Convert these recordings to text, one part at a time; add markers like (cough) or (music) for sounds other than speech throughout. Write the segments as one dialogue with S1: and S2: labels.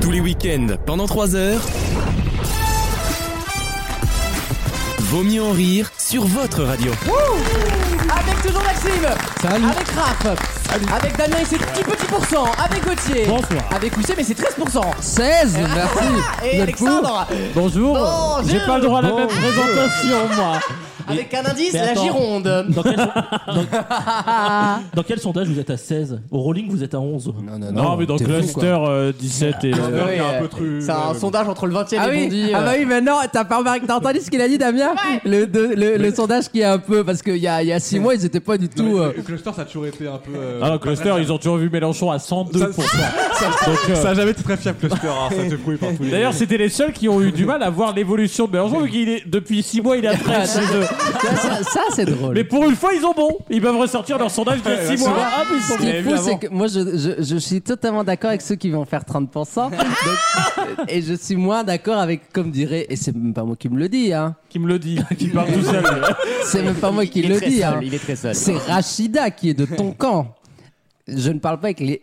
S1: Tous les week-ends, pendant 3 heures. Vaut mieux en rire sur votre radio.
S2: Avec toujours Maxime
S3: Salut.
S2: Avec Raph Avec Damien et ses petits petits pourcents Avec Gauthier
S3: Bonsoir.
S2: Avec Wissem et ses 13%
S3: 16 Merci
S2: Ah, Et
S3: Vous êtes pour
S2: Alexandre
S3: Bonjour
S2: Bonjour.
S3: J'ai pas le droit à la même présentation, moi
S2: Avec un indice,
S4: Mais
S2: la
S4: attends.
S2: Gironde
S4: Dans quel,
S5: (laughs)
S4: dans quel sondage vous êtes à 16 Au rolling, vous êtes à 11.
S5: Non, mais dans
S3: t'es fou,
S5: Cluster euh, 17 et euh, il y a un peu tru-
S2: C'est un
S5: ouais,
S2: sondage entre le 20 e
S3: ah
S2: et
S3: oui,
S2: le Bondy
S3: ah bah oui, maintenant t'as pas remarqué, t'as entendu ce qu'il a dit, Damien le, de- le, le sondage qui est un peu parce qu'il y a, il y a six mois ils étaient pas du tout. euh,
S6: Le cluster, ça a toujours été un peu. euh,
S5: Ah, Cluster, ils ont toujours vu Mélenchon à 102%. Donc, euh,
S6: Ça a jamais été très fiable, cluster. hein,
S3: (laughs)
S6: ça te fouille par tous les.
S5: D'ailleurs, c'était les seuls qui ont eu du mal à voir l'évolution de Mélenchon, vu qu'il est depuis 6 mois, il est à 13 chez eux.
S3: ça, ça- ça, c'est drôle.
S5: Mais pour une fois, ils ont bon. Ils peuvent ressortir leur sondage de 6 mois. Ah, mais ils sont
S3: Ce qui est
S5: bons.
S3: fou, c'est que moi, je, je- je suis totalement d'accord avec ceux qui vont faire 30%. donc- et je suis moins d'accord avec, comme dirait, et c'est même pas moi qui me le dis, hein.
S5: Qui me le dit, qui parle tout seul.
S3: C'est même pas moi qui
S2: il,
S3: le
S2: est très
S3: dis,
S2: seul,
S3: hein.
S2: il est très seul
S3: C'est Rachida qui est de
S2: (laughs)
S3: ton camp. Je ne parle pas avec les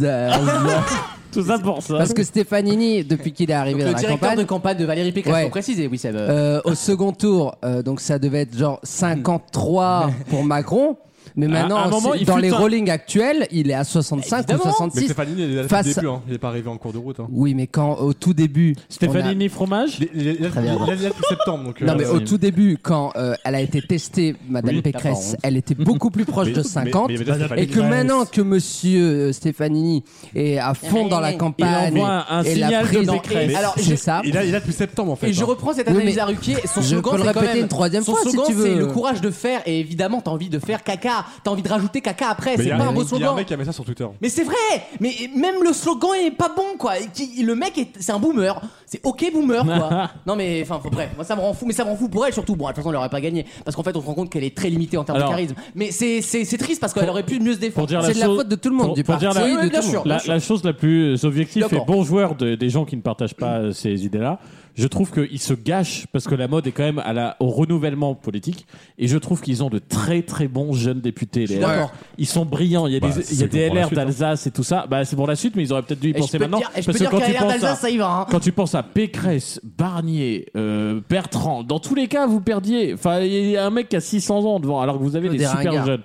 S3: losers.
S5: Tout ça pour ça.
S3: Parce que Stefanini, depuis qu'il est arrivé
S2: Le
S3: dans la
S2: directeur
S3: campagne,
S2: de campagne de Valérie Pécresse,
S3: Ouais.
S2: pour préciser, Wissem euh,
S3: euh, au second tour, euh, donc ça devait être genre 53
S2: Hmm.
S3: pour Macron. Mais maintenant,
S5: à un moment,
S3: c'est-
S5: il
S3: dans
S5: fut
S3: les
S5: un-
S3: rollings actuels, il est à 65
S2: Évidemment.
S3: ou
S6: Mais
S3: 66.
S6: Stéphanie, il est là depuis
S3: Face-
S6: le début. hein. Il est pas arrivé en cours de route. Hein.
S3: Oui, mais quand au tout début, on a-
S5: Stéphanie Fromage
S6: Il est- il est- il est
S3: Très bien.
S6: il est là depuis septembre. Donc,
S3: Non,
S6: euh,
S3: mais au tout début, quand euh, elle a été testée, Madame
S6: Oui.
S3: Pécresse,
S2: honte.
S3: elle était beaucoup plus proche
S2: (laughs)
S6: mais-
S3: de
S6: mais-
S3: 50.
S6: mais il y avait déjà Stéphanie.
S3: et que maintenant que Monsieur euh, Stefanini est à fond dans la campagne
S5: Il envoie un
S3: et la
S5: signal de
S3: prise,
S5: Pécresse.
S3: alors c'est ça.
S6: Il est là- il est là depuis septembre en fait.
S2: Et je
S6: hein.
S2: reprends cette
S3: Oui,
S2: analyse
S3: mais
S2: à Ruquier. Son
S3: je
S2: slogan,
S3: peux le
S2: c'est quand
S3: répéter
S2: même-
S3: une troisième
S2: son
S3: fois, si
S2: slogan,
S3: tu veux.
S2: c'est le courage de faire. Et évidemment, t'as envie de faire caca. T'as envie de rajouter caca après.
S6: Mais
S2: C'est
S6: il y a-
S2: pas un beau
S6: Il y a un
S2: slogan.
S6: mec qui a mis ça sur Twitter.
S2: Mais c'est vrai. Mais même le slogan est pas bon, quoi. Et qui- le mec, est- c'est un boomer. C'est ok
S3: (laughs)
S2: boomer, quoi. non, mais enfin, faut- bref. Moi, ça me rend fou. Mais ça me rend fou pour elle surtout. Bon, de toute façon, elle aurait pas gagné parce qu'en fait, on se rend compte qu'elle est très limitée en termes de
S5: Alors-
S2: charisme. Mais c'est c'est- c'est triste parce qu'elle aurait pu mieux se
S5: Pour
S2: défendre.
S5: dire
S3: C'est de la
S5: chose-
S3: faute de tout le monde,
S5: pour-
S3: du
S5: pour
S3: parti,
S5: dire la-
S3: de
S2: Oui, oui, bien
S3: tout le
S2: sûr.
S3: monde.
S5: La, la chose la plus euh, objective et
S2: D'accord.
S5: bon joueur de- des gens qui ne partagent pas euh, ces idées-là, je trouve qu'ils se gâchent parce que la mode est quand même à la, au renouvellement politique et je trouve qu'ils ont de très très bons jeunes députés. les
S2: suis
S5: LR.
S2: d'accord.
S5: Ils sont brillants. Il y a
S6: Bah,
S5: des,
S6: c'est
S5: il y a des
S6: pour la
S5: LR
S6: suite, hein.
S5: d'Alsace et tout ça. Bah, c'est pour la suite, mais ils auraient peut-être dû y
S2: Et je
S5: penser
S2: peux te
S5: maintenant.
S2: dire, et
S5: parce
S2: je peux
S5: que
S2: dire
S5: quand
S2: qu'à
S5: tu
S2: l'air
S5: penses à-
S2: d'Alsace, ça y va. hein.
S5: quand tu penses à Pécresse, Barnier, euh, Bertrand, dans tous les cas, vous perdiez. Enfin, il y a un mec qui a 600 ans devant, alors que vous avez
S3: Des
S5: des super
S3: ringards.
S5: jeunes.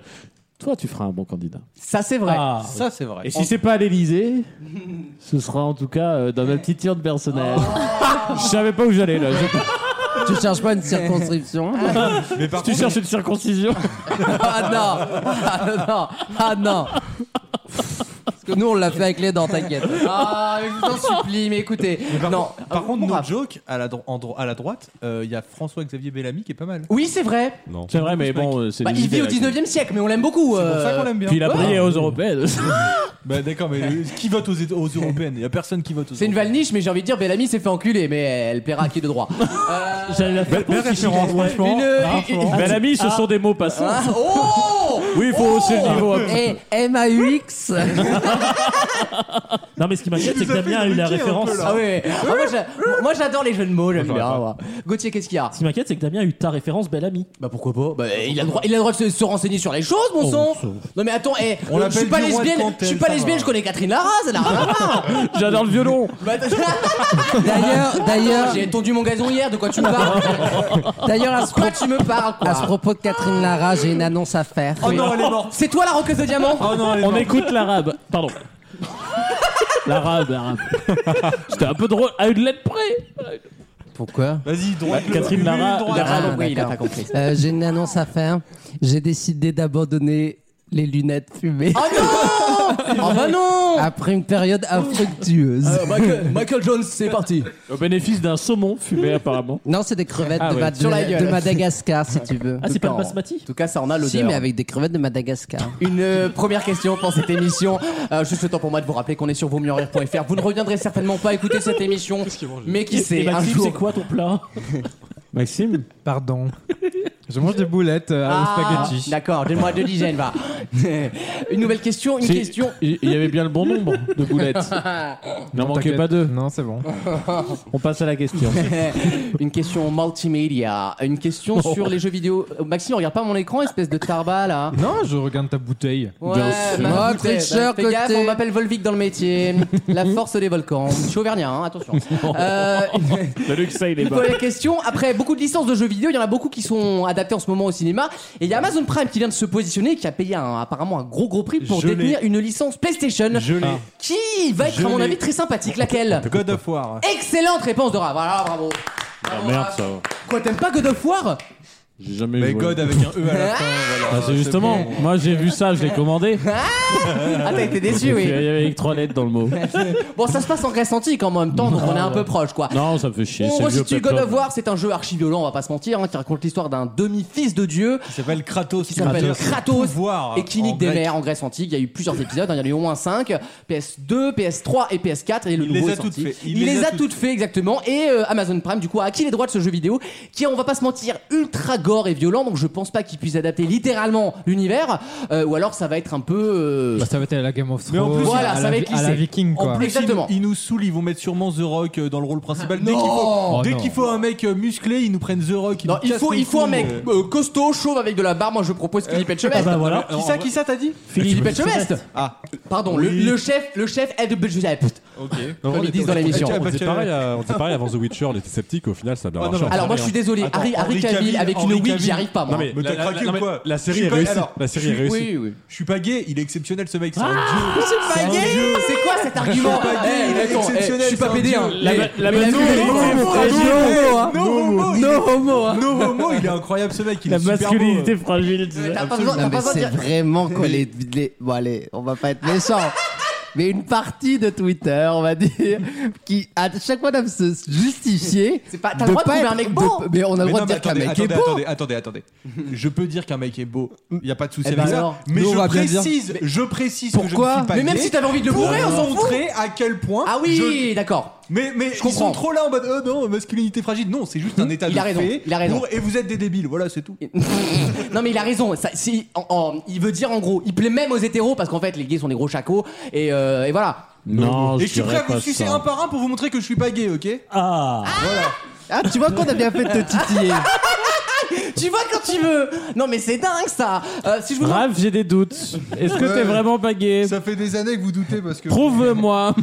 S5: Toi, tu feras un bon candidat.
S2: Ça, c'est
S3: Ah.
S2: vrai.
S4: ça c'est vrai.
S5: Et si c'est pas à l'Elysée, ce sera en tout cas euh, dans ma petite tire de personnel.
S6: Oh.
S5: je savais pas où j'allais là. Je-
S3: Tu cherches pas une circonscription
S6: Mais par
S5: Tu
S6: contre,
S5: cherches une circoncision
S3: Ah non Ah non Ah non Parce que nous on l'a fait avec les dents, t'inquiète.
S2: Ah, mais je vous en supplie, mais écoutez.
S7: Mais par
S2: non.
S7: contre, par contre,
S2: Bon,
S7: no
S2: bravo.
S7: joke, à la, dro- en dro- à la droite, euh, il y a François-Xavier Bellamy qui est pas
S3: Euh,
S7: mal.
S2: Oui, c'est vrai.
S5: C'est vrai, mais bon, euh, c'est
S2: Bah,
S5: des
S2: il
S5: idées,
S2: vit au
S5: là.
S2: 19e siècle, mais on l'aime beaucoup. euh,
S7: C'est pour ça qu'on l'aime bien.
S5: Puis il a brillé
S4: (laughs)
S5: aux européennes.
S7: Bah d'accord, mais le- qui vote aux, aux européennes Il y a personne qui vote aux
S2: C'est une valniche, mais j'ai envie de dire, Bellamy s'est fait enculer, mais elle paiera à qui de
S7: (laughs)
S2: droit.
S5: J'allais la faire
S6: belle référence, franchement.
S5: Belle amie,
S4: Ah.
S5: ce sont des mots passants.
S2: oh
S5: Oui, il faut hausser le niveau.
S3: Et MAUX
S4: Non mais ce qui m'inquiète c'est que Damien a eu la
S5: hein,
S4: référence.
S2: Ah oui, oui. Ah, moi, j'a- moi, j'adore les jeux de mots, j'aime
S6: Moi,
S2: bien.
S6: j'aurais
S2: moi. Gauthier, qu'est-ce qu'il y a
S4: Ce qui m'inquiète c'est que Damien a eu ta référence belle amie.
S2: Bah pourquoi pas Bah il a le droit, il a le droit de se, se renseigner sur les choses, mon sang. Non mais attends, eh,
S7: Oh, On
S2: je
S7: l'appelle
S2: suis pas
S7: du roi de
S2: lesbienne, je
S7: Cantel,
S2: suis pas
S7: ça
S2: lesbienne,
S7: va.
S2: je connais Catherine Lara, ça n'a
S7: (laughs)
S2: rien à voir.
S5: J'adore le violon.
S2: Bah, attends,
S3: D'ailleurs, d'ailleurs,
S2: J'ai tondu mon gazon hier, de quoi tu me parles
S3: d'ailleurs à ce
S2: Quoi tu me parles
S3: À ce
S2: quoi
S3: propos de Catherine Lara, j'ai une annonce à faire.
S7: Oh non, elle est morte
S2: C'est toi la roqueuse de diamant
S7: Oh non, elle est
S5: On
S7: morte
S5: écoute l'arabe. Pardon. L'arabe, l'arabe. C'était un peu drôle. À une lettre près.
S3: Pourquoi
S7: Vas-y,
S6: Bah,
S7: droite, le-
S5: Catherine Lara,
S7: droite.
S5: Lara.
S3: Ah,
S2: Bah, oui, il a
S3: d'accord.
S2: pas compris.
S3: Euh, J'ai une annonce à faire. J'ai décidé d'abandonner les lunettes fumées
S2: Oh non Oh bah
S7: (laughs)
S2: non
S3: après une période infructueuse.
S2: Michael, Jones, c'est parti.
S5: Au bénéfice d'un saumon fumé, apparemment.
S3: Non, c'est des crevettes
S5: Ah
S3: de,
S5: ouais.
S3: Mad-
S2: Sur la gueule.
S3: de Madagascar, si tu veux.
S4: Ah c'est pas le
S2: Non. En
S4: basmati
S2: tout cas, ça en a l'odeur.
S3: si, mais avec des crevettes de Madagascar.
S2: Une euh, première question pour cette émission. Euh, juste le temps pour moi de vous rappeler qu'on est sur vosmieuxenrire.fr. Vous ne reviendrez certainement pas écouter cette émission, mais qui
S4: Et
S2: sait, un
S4: Eh ben, Maxime
S8: (laughs)
S2: jour.
S4: c'est quoi ton plat
S3: (laughs)
S5: Maxime
S9: Pardon.
S8: Je mange des boulettes euh,
S3: Ah,
S8: au spaghetti.
S3: D'accord, donne-moi deux dizaines, va. (laughs) une nouvelle question, une
S5: C'est-
S3: question.
S5: Il il y avait bien le bon nombre de boulettes. N'en manquez
S8: T'inquiète.
S5: pas deux.
S8: Non, c'est bon.
S5: On passe à la question.
S3: une question multimédia, une question sur les jeux vidéo. Euh, Maxime, regarde pas mon écran, espèce de tarba là.
S8: Non, je regarde ta bouteille.
S3: Ouais, bah,
S2: Oh,
S3: écoutez,
S2: tricheur,
S3: fais gaffe,
S2: côté.
S3: on m'appelle Volvic dans le métier. La force des volcans. Je suis auvergnat, hein, attention. Euh,
S5: Le luxe, ça, il est
S3: une
S5: bas.
S3: nouvelle question. Après, beaucoup de licences de jeux vidéo, il y en a beaucoup qui sont adaptées en ce moment au cinéma. Et il y a Amazon Prime qui vient de se positionner, qui a payé un- apparemment un gros gros prix pour
S7: Je l'ai.
S3: détenir une licence PlayStation.
S7: Je l'ai.
S3: Qui va être,
S7: Je
S3: à mon
S7: l'ai.
S3: avis, très sympathique. Laquelle
S7: God of War.
S3: Excellente réponse de Ra. Voilà, bravo.
S5: Ah merde, ça.
S3: Quoi, t'aimes pas God of War
S5: J'ai jamais
S7: Mais
S5: joué.
S7: God avec un E à la fin. voilà.
S5: Ah, c'est justement,
S7: bon.
S5: moi j'ai vu ça, je l'ai commandé.
S3: Ah, t'as été déçu,
S5: Il y
S3: oui.
S7: (laughs)
S5: avait trois lettres dans le mot.
S3: Bon, ça se passe en Grèce antique en même temps, donc on est un peu proche, quoi.
S5: Non, ça me fait chier.
S3: On
S5: c'est le vieux
S3: resitue God
S5: peuple.
S3: of War, c'est un jeu archi-violent, on va pas se mentir, hein, qui raconte l'histoire d'un demi-fils de dieu
S7: Il s'appelle Kratos.
S3: qui s'appelle Kratos
S7: Voir
S3: et qui nique des mers en Grèce antique. Il y a eu plusieurs épisodes, hein, il y en a eu au moins 5, PS2, PS3 et PS4, et le
S7: Il
S3: nouveau
S7: les
S3: est
S7: a toutes
S3: sorti.
S7: fait.
S3: Il, les a toutes fait, exactement. Et euh, Amazon Prime, du coup, a acquis les droits de ce jeu vidéo qui est, on va pas se mentir, ultra gore et violent, donc je pense pas qu'il puisse adapter littéralement l'univers, euh, ou alors ça va être un peu... euh,
S8: Bah, ça va être à la Game of
S7: Mais en
S8: Thrones.
S7: plus,
S3: Voilà,
S8: à
S3: ça
S8: la,
S3: va être
S8: à la
S3: lissé.
S8: viking,
S3: En
S8: quoi.
S3: plus, Exactement.
S7: Ils, ils nous saoulent, ils vont mettre sûrement The Rock euh, dans le rôle principal. Dès
S3: Non.
S7: qu'il faut,
S8: Oh,
S7: dès
S8: non.
S7: qu'il faut un mec euh, musclé, ils nous prennent The Rock. ils
S3: non,
S7: nous
S3: il
S7: cassent
S3: faut,
S7: les
S3: il faut un
S7: couilles,
S3: mec
S7: euh.
S3: euh, costaud, chauve avec de la barbe. Moi, je propose Philippe Etchebest.
S10: Ah bah voilà.
S7: Qui ça, qui ça t'as dit
S3: Philippe
S10: Etchebest.
S3: Etchebest.
S7: Ah,
S3: Pardon, le, le chef, le chef est de Budgepest.
S7: ok.
S3: Comme ils disent dans l'émission.
S11: On disait pareil,
S8: hein.
S11: à- on disait pareil avant The Witcher, on était sceptique, au final ça a bien
S7: Ah, non,
S11: marché.
S7: mais-
S3: Alors moi, je suis désolé,
S7: Attends,
S3: Harry, Harry
S7: Henri
S3: Cavill
S7: Cavill,
S3: avec une
S7: Henri
S3: wig, j'y
S7: Cavill.
S3: arrive pas. Moi.
S11: Non, mais
S7: Mais
S11: la-
S7: t'as
S11: la-
S7: craqué
S11: non,
S7: ou
S11: mais
S7: quoi
S11: La
S7: Je
S11: série
S7: suis
S11: est
S7: pas-
S11: réussie.
S7: alors,
S11: La série est réussie.
S3: Oui, oui.
S7: Je suis pas gay, il est exceptionnel ce mec, c'est un dieu.
S3: C'est pas gay C'est quoi cet argument
S7: pas gay,
S3: Eh,
S7: il est
S3: attends, eh,
S7: exceptionnel,
S3: Je suis pas
S7: c'est un
S3: pédé, hein.
S7: dieu.
S3: Mais-
S5: la
S3: mais
S5: bonne
S3: vue, elle est
S5: nouvelle,
S3: ouf,
S5: c'est
S3: elle est
S5: fragile.
S3: ouf.
S2: hein.
S7: No homo, il
S2: No
S7: est-
S2: homo, hein.
S7: No homo, il est incroyable ce mec, il
S5: La
S7: est super beau.
S5: masculinité fragile. tu sais.
S3: T'as pas besoin
S2: Non,
S3: t'as
S2: mais
S3: pas besoin de
S2: c'est
S3: dire-
S2: vraiment quoi les, les- Bon, allez, on va pas être méchant. Mais une partie de Twitter, on va dire, qui à chaque fois doivent se justifier.
S3: C'est pas- t'as le
S2: de
S3: droit de
S2: pas
S3: trouver
S2: être-
S3: un mec beau.
S2: de- Mais on a le
S7: Mais non,
S2: droit de
S7: mais
S2: dire qu'un
S7: attendez,
S2: mec est
S7: attendez,
S2: beau.
S7: attendez, attendez, attendez. Je peux dire qu'un mec est beau, il y a pas de souci
S3: Eh
S7: avec
S3: ben
S7: ça.
S3: alors,
S7: Mais
S8: nous, on
S7: je
S8: va bien dire-
S7: précise, je précise que je ne
S2: Pourquoi
S7: suis pas
S3: Mais même
S7: gay
S3: si t'avais envie de le bourrer,
S7: pour
S3: on s'en fout.
S7: montrer à quel point.
S3: Ah
S7: je-
S3: oui, d'accord.
S7: Mais, mais ils
S3: comprends.
S7: sont trop là en mode oh non, masculinité fragile. Non, c'est juste un état
S3: Il
S7: de
S3: a raison,
S7: fait.
S3: il a raison.
S7: pour- et vous êtes des débiles, voilà, c'est tout.
S3: Non mais il a raison. Ça, si, en- en- il veut dire en gros, il plaît même aux hétéros parce qu'en fait les gays sont des gros chacos et, euh, et voilà.
S5: Non,
S7: et
S5: je
S7: je suis prêt
S5: dirais
S7: à vous
S5: pas
S7: sucer
S5: ça.
S7: un par un pour vous montrer que je suis pas gay, ok
S10: Ah,
S2: Ah, tu vois qu'on a bien
S3: (laughs)
S2: fait de te titiller.
S3: Tu vois quand tu veux. Non mais c'est dingue ça. Euh, si je vous demande-
S5: Raph, j'ai des doutes. Est-ce que t'es
S7: Ouais.
S5: vraiment pas gay
S7: Ça fait des années que vous doutez parce que. (laughs)
S5: Prouve-moi.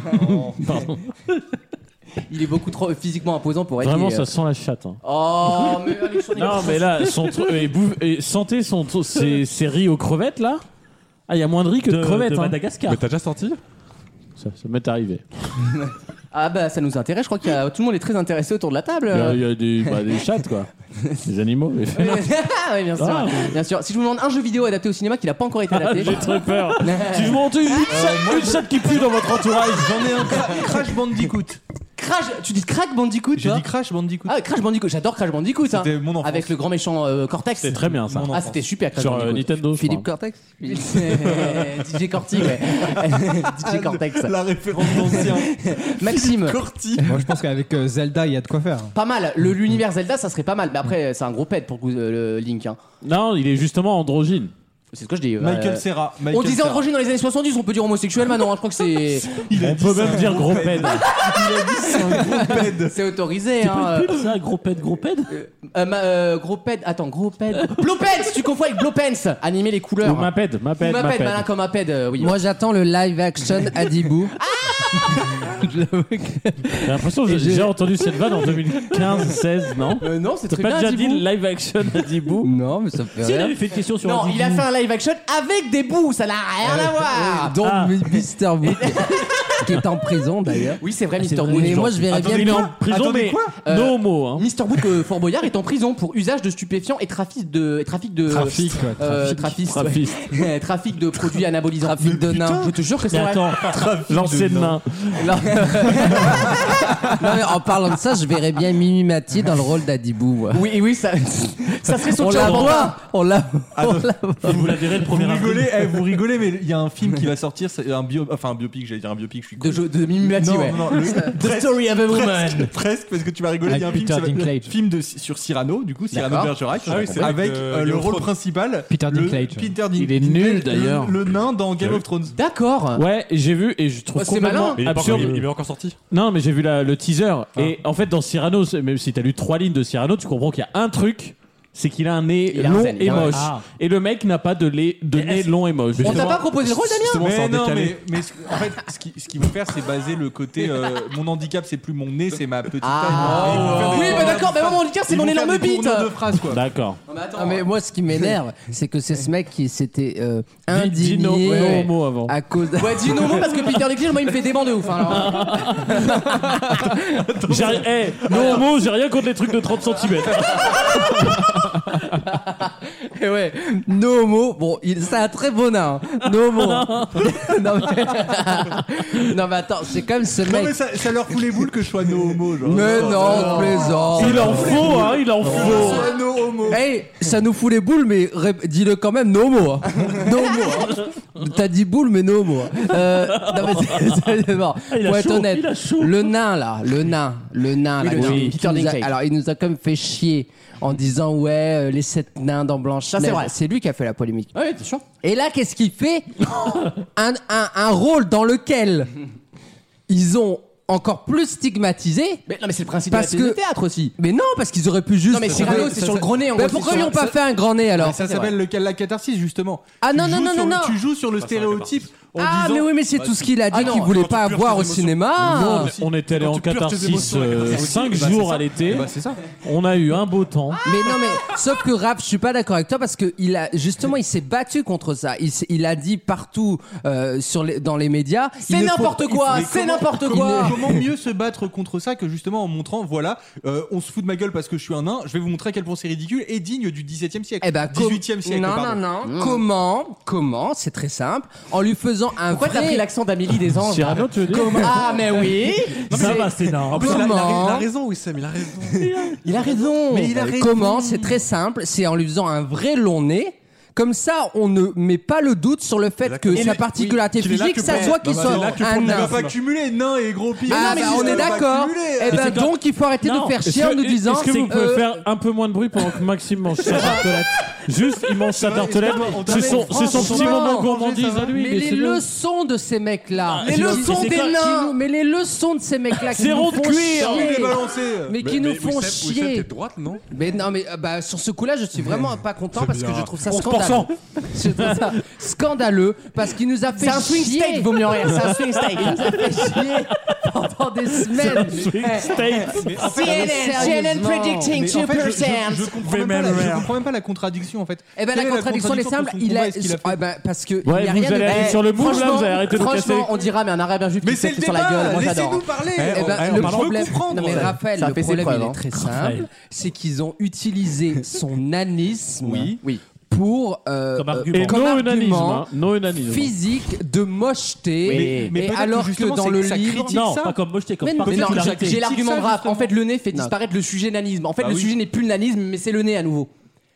S3: il est beaucoup trop physiquement imposant pour être.
S5: Vraiment,
S3: gay.
S5: ça sent la chatte. hein.
S3: Oh (laughs) mais Alexandre, il
S5: Non, mais là, son (laughs) tr- et bouffe- et sentez son tr- ses, ses riz aux crevettes là. Ah, il y a moins de riz que de,
S10: de,
S5: crevettes.
S10: de
S5: hein.
S10: Madagascar.
S11: Mais t'as déjà sorti
S5: Ça, ça m'est arrivé.
S3: Ah bah ça nous intéresse, je crois qu'il y a tout le monde est très intéressé autour de la table. Euh,
S5: Il y a, il y a des, bah, des chattes quoi. (laughs) Des animaux. les-
S3: Oui,
S5: (laughs)
S3: oui, bien sûr,
S5: Ah.
S3: bien sûr. Si je vous demande un jeu vidéo adapté au cinéma qui n'a pas encore été adapté,
S5: (laughs) J'ai très peur. si je monte une, chatte, une chatte qui pue dans votre entourage, j'en ai un.
S7: Cra- Crash Bandicoot.
S3: Crash, tu dis Crash Bandicoot,
S7: J'ai
S3: toi
S7: dit Crash Bandicoot.
S3: Ah, Crash Bandicoot, j'adore Crash Bandicoot, hein.
S7: C'était mon
S3: (laughs)
S7: enfance.
S3: avec le grand méchant euh, Cortex.
S5: C'est très bien ça.
S3: Ah, c'était super Crash
S5: Sur euh,
S3: Bandicoot.
S5: Nintendo. je
S2: Philippe
S5: crois.
S2: Cortex
S3: DJ Corti, ouais. (laughs) DJ Cortex.
S7: La référence d'ancien.
S3: Maxime,
S7: Corti.
S8: Moi, je pense qu'avec euh, Zelda, il y a de quoi faire.
S3: pas mal. Le- L'univers Zelda, ça serait pas mal. Mais après, c'est un gros pet pour que vous- euh, le Link. hein.
S5: Non, il est justement androgyne.
S3: C'est ce que je dis. euh,
S2: Bah,
S7: Michael Serra.
S3: on disait androgyne dans les années 70, on peut dire homosexuel maintenant. hein. Je crois que c'est
S5: On peut même dire (laughs) gros pède.
S2: (laughs)
S3: c'est autorisé. hein.
S5: euh,
S10: Pas de pub, ça, gros pède, gros pède.
S3: Euh, ma- euh, gros ped, attends, gros ped. Blopens, tu confonds avec Blopens. Animer les couleurs.
S5: Ou ma pède, ma pède,
S3: Ou
S5: ma
S3: Maped,
S5: pède.
S3: malin comme Maped, euh, oui.
S2: Moi, j'attends le
S3: (laughs)
S2: live action Adibou.
S3: Ah
S2: J'avoue que-
S5: J'ai l'impression que j'ai
S2: Et j'ai-
S5: déjà entendu cette vanne en 2015-16, non
S3: Euh, non, c'est
S5: T'as
S3: très
S5: pas
S3: bien,
S5: déjà dit
S3: Dibou.
S5: le live action à Dibou
S2: Non, mais ça me fait
S10: Si, il
S2: rien.
S10: avait fait une question sur
S3: Non,
S10: un
S3: il a
S10: dibou.
S3: fait un live action avec des bouts, ça n'a rien à voir.
S2: Dont
S5: Ah.
S3: (laughs)
S2: Mister Wood, qui est en prison d'ailleurs.
S3: Oui, c'est vrai,
S2: C'est
S3: Mr.
S2: vrai,
S3: Wood.
S2: mais moi, je verrais
S5: Attendez,
S2: bien
S5: il est
S2: quoi
S5: en prison,
S7: Attendez,
S5: mais
S7: quoi
S3: Euh,
S5: no homo. Hein.
S3: Mr. Wood que Fort Boyard est en prison pour usage de stupéfiants et trafic de et trafic de
S8: Trafic, quoi,
S3: euh,
S8: trafic.
S3: trafiste, ouais.
S5: Trafic.
S3: Euh,
S2: Eh,
S3: trafic de produits anabolisants trafic de nains je te jure que c'est
S5: Mais
S3: vrai
S5: attends, lancer de main.
S2: (laughs) Non, mais en parlant de ça, je verrais bien Mimi Mati dans le rôle d'Adibou. moi.
S3: oui oui ça (laughs) ça serait son
S2: On la
S3: turban.
S2: voit, on la, on la
S10: Vous la verrez le
S7: Vous
S10: premier avril.
S7: rigolez, eh, vous rigolez, mais il y a un film qui va sortir, c'est un bio, enfin un biopic, j'allais dire un biopic, je suis
S2: De, jeu- de Mimi Mati,
S7: Non,
S2: ouais.
S7: non, le-
S2: The Story of a
S7: Presque,
S2: Woman.
S7: presque, parce que tu vas rigoler.
S6: Avec
S7: Il y a un film,
S6: Peter
S7: qui s'appelle-
S6: Dinklage.
S7: film de, sur Cyrano, du coup, Cyrano de
S2: D'accord.
S7: Bergerac,
S9: Ah oui, c'est vrai
S7: avec
S9: que,
S7: euh,
S9: Game
S7: le
S9: of
S7: rôle
S9: Thrones.
S7: principal.
S6: Peter
S7: le-
S6: Dinklage.
S7: Peter Din-
S5: Il est
S7: Dinklage,
S5: nul,
S7: le-
S5: d'ailleurs.
S7: Le, nain dans Game of Thrones.
S2: D'accord.
S5: Ouais, j'ai vu et je trouve
S2: Ouais, c'est
S5: complètement
S2: malin.
S9: Mais il est pas
S5: absurde.
S9: encore- il est encore sorti.
S5: Non, mais j'ai vu la- le teaser. Et en fait, dans Cyrano, c'est- même si t'as lu trois lignes de Cyrano, tu comprends qu'il y a un truc. C'est qu'il a un nez
S2: Il a un
S5: long
S2: zen, il
S5: et
S2: a un-
S5: moche.
S4: Ah.
S5: Et le mec n'a pas de, lait- de nez long et moche.
S2: On t'a
S5: Justement-
S2: pas proposé le rôle, Damien
S9: Justement, c'est
S7: mais
S9: en
S7: non,
S9: décalé.
S7: mais, mais ce- en fait, ce qui- ce qu'ils vont faire, c'est baser le côté euh, mon handicap, c'est plus mon nez, c'est ma petite taille. Et ils vont faire
S2: Ah.
S7: des-
S2: Oui, bah d'accord, bah mon handicap, c'est
S7: ils
S2: mon
S7: vont faire
S2: énorme
S7: des
S2: bite.
S7: tournures de phrases,
S3: Bah,
S7: quoi.
S5: D'accord.
S2: Non, mais attends.
S3: Ah, mais moi, ce qui m'énerve, c'est que c'est ce mec qui s'était euh,
S5: Dis nos
S3: indigné
S5: nos mots avant.
S3: à cause. de-
S2: Ouais, dis (laughs) non, non, parce que Peter Dinklage, moi, il me fait des bancs de ouf. hein, alors.
S5: J'ai ri- Eh, non, homo, j'ai rien contre les trucs de 30 cm.
S3: Eh ouais, no homo. Bon, il- c'est un très beau nain. hein. No homo. hein. (laughs) non, mais... (laughs) non, mais attends, c'est comme ce
S7: Non,
S3: mec.
S7: mais ça, ça leur fout les boules que je sois no homo, genre.
S3: Mais non, plaisant.
S5: Il en faut, hein, il en faut.
S3: Hey, ça nous fout les boules, mais ré- dis-le quand même, no homo.
S2: (laughs)
S3: hein. No homo. hein. T'as dit boule, mais no homo. hein. Euh, non, mais c'est- c'est bon.
S5: Ah, Il a
S3: Pour être
S5: chaud,
S3: honnête,
S5: il a chaud.
S3: le nain là, le nain, le nain,
S2: Oui,
S3: là,
S2: le
S3: qui- qui
S2: nain. Peter
S3: nous a-
S2: Dinklage.
S3: alors il nous a quand même fait chier en disant ouais euh, les sept nains dans Blanche.
S2: Ça, c'est vrai.
S3: C'est lui qui a fait la polémique.
S2: Ouais, t'es chiant.
S3: Et là, qu'est-ce qu'il fait un, un- un rôle dans lequel ils ont encore plus stigmatisé.
S2: Mais non, mais c'est le principe
S3: Parce
S2: de la pièce
S3: que-
S2: de théâtre aussi.
S3: Mais non, parce qu'ils auraient pu juste.
S2: Non, mais Cyrano, c'est sur le gros nez, en
S3: Mais
S2: gros,
S3: pourquoi
S2: c'est
S3: ils
S2: sur-
S3: n'ont pas fait un grand nez alors
S7: Ça s'appelle le la catharsis, justement.
S3: Ah
S7: Tu
S3: non, non,
S7: joues
S3: non, non,
S7: sur le-
S3: non.
S7: Tu joues sur le stéréotype en
S3: Ah,
S7: disant
S3: mais oui, mais c'est tout ce qu'il a dit
S2: Ah non,
S3: qu'il voulait pas
S9: tu pleures
S3: avoir
S9: tes
S3: au
S9: émotions.
S3: cinéma.
S5: On était allé
S9: Quand
S5: en
S9: tu pleures tes
S5: catharsis
S9: émotions, ouais,
S5: 5 jours à l'été.
S7: Bah, c'est ça.
S5: On a eu un beau temps.
S3: Mais non, mais sauf que Raph, je suis pas d'accord avec toi parce que il a justement, il s'est battu contre ça. Il, s'est- il a dit partout euh, sur les, dans les médias. il
S2: C'est
S3: ne faut-
S2: n'importe quoi,
S7: Mais
S2: c'est
S7: comment-
S2: n'importe
S7: comment-
S2: quoi.
S7: Comment mieux se battre contre ça que justement en montrant, voilà, euh, on se fout de ma gueule parce que je suis un nain, je vais vous montrer à quel point c'est ridicule et digne du 17e siècle.
S3: Eh ben, com-
S7: 18e siècle.
S3: Non,
S7: pardon.
S3: non, non. Comment Comment C'est très simple. En lui faisant un
S2: Pourquoi t'as
S3: vrai.
S2: pris l'accent d'Amélie des
S3: Oh,
S2: Anges
S5: Cyrano, tu veux dire
S2: Ah, mais oui.
S4: Ça va, c'est énorme.
S7: En plus, il a- il a-
S3: Comment
S7: il a raison, Wissam, il a raison.
S2: Il a raison.
S7: Mais il a raison.
S3: Comment C'est très simple. C'est en lui faisant un vrai long nez. Comme ça, on ne met pas le doute sur le fait que
S2: Et
S3: sa
S2: le-
S3: particularité
S9: qu'il est là
S3: physique,
S9: que
S3: ça
S9: pour-
S3: se voit
S9: bah,
S3: qu'il
S9: bah,
S3: soit
S9: c'est là que
S3: un
S9: pour-
S7: Il va
S3: nain.
S7: pas cumuler nain et gros pied.
S3: Ah, bah, on est d'accord. Eh ben, donc, il faut arrêter
S5: Non.
S3: de faire
S5: Est-ce
S3: chier en
S5: que-
S3: nous disant.
S5: Est-ce que vous pouvez
S3: euh,
S5: faire un peu moins de bruit pendant que Maxime mange sa tartelette Juste, il mange sa tartelette. C'est son, c'est son petit
S3: franchement,
S5: moment gourmandise à lui.
S3: Mais les
S5: laissez-le.
S3: leçons de ces mecs-là.
S5: Ah, Les c'est- leçons c'est- c'est des quoi
S2: nains.
S3: Qui nous- Mais les leçons de ces mecs-là. qui
S5: Zéro
S3: nous
S5: de
S3: font
S5: cuir. bah,
S3: chier.
S7: Il est balancé.
S3: Mais qui nous font
S9: T'es
S3: chier.
S9: de droite, non
S3: Mais non, mais euh, bah, sur ce coup-là, je suis vraiment pas content parce que je trouve ça
S5: 11%.
S3: scandaleux. Je trouve ça scandaleux parce qu'il nous a fait
S2: C'est un swing
S3: chier.
S2: state, vaut mieux en rire. C'est un swing state.
S3: fait chier pendant des semaines.
S5: (laughs) State.
S2: CNN, CNN predicting
S7: Mais en fait, je-
S2: 2%.
S7: Je je comprends même pas la- je comprends même pas la contradiction en fait.
S3: Eh ben
S7: Quelle
S3: la contradiction elle est simple,
S7: entre son
S3: il
S7: combat
S3: a,
S7: et ce qu'il a fait
S3: ah, ben, parce que il
S5: Ouais,
S3: n'y a
S5: vous
S3: rien
S5: allez
S3: de
S5: aller sur le move là, vous allez arrêter de nous casser.
S2: franchement, on dira, mais un arabe, un juif qui
S7: Mais
S2: se
S7: c'est le
S2: tape sur la gueule,
S7: débat
S2: moi j'adore.
S7: Laissez-nous parler
S3: Eh ben,
S9: en
S3: le
S9: parlant-
S3: problème,
S7: Je veux comprendre.
S3: non, mais Raphaël,
S2: Ça a
S3: le
S2: fait ses
S3: problème
S2: preuves,
S3: il
S2: hein.
S3: est très simple, c'est qu'ils ont utilisé son nanisme pour euh,
S4: Comme
S3: euh,
S4: argument.
S5: Et
S3: comme
S5: non unanisme.
S3: argument
S5: hein. Non unanisme.
S3: physique de mocheté.
S2: Mais-
S7: mais
S3: et
S7: peut-être
S3: alors
S7: que
S3: que,
S7: justement,
S3: dans
S7: c'est
S3: le
S7: que ça
S3: livre,
S7: critique.
S4: Non,
S7: ça
S4: pas comme mocheté,
S3: Mais
S4: comme
S3: non,
S4: par
S2: Mais non,
S4: popularité.
S2: j'ai l'argument
S7: ça,
S2: de Raph. En
S7: justement.
S2: fait, le nez fait
S3: Non.
S2: disparaître le sujet nanisme. En fait,
S7: Bah
S2: le
S7: oui.
S2: sujet n'est plus le nanisme, mais c'est le nez à nouveau.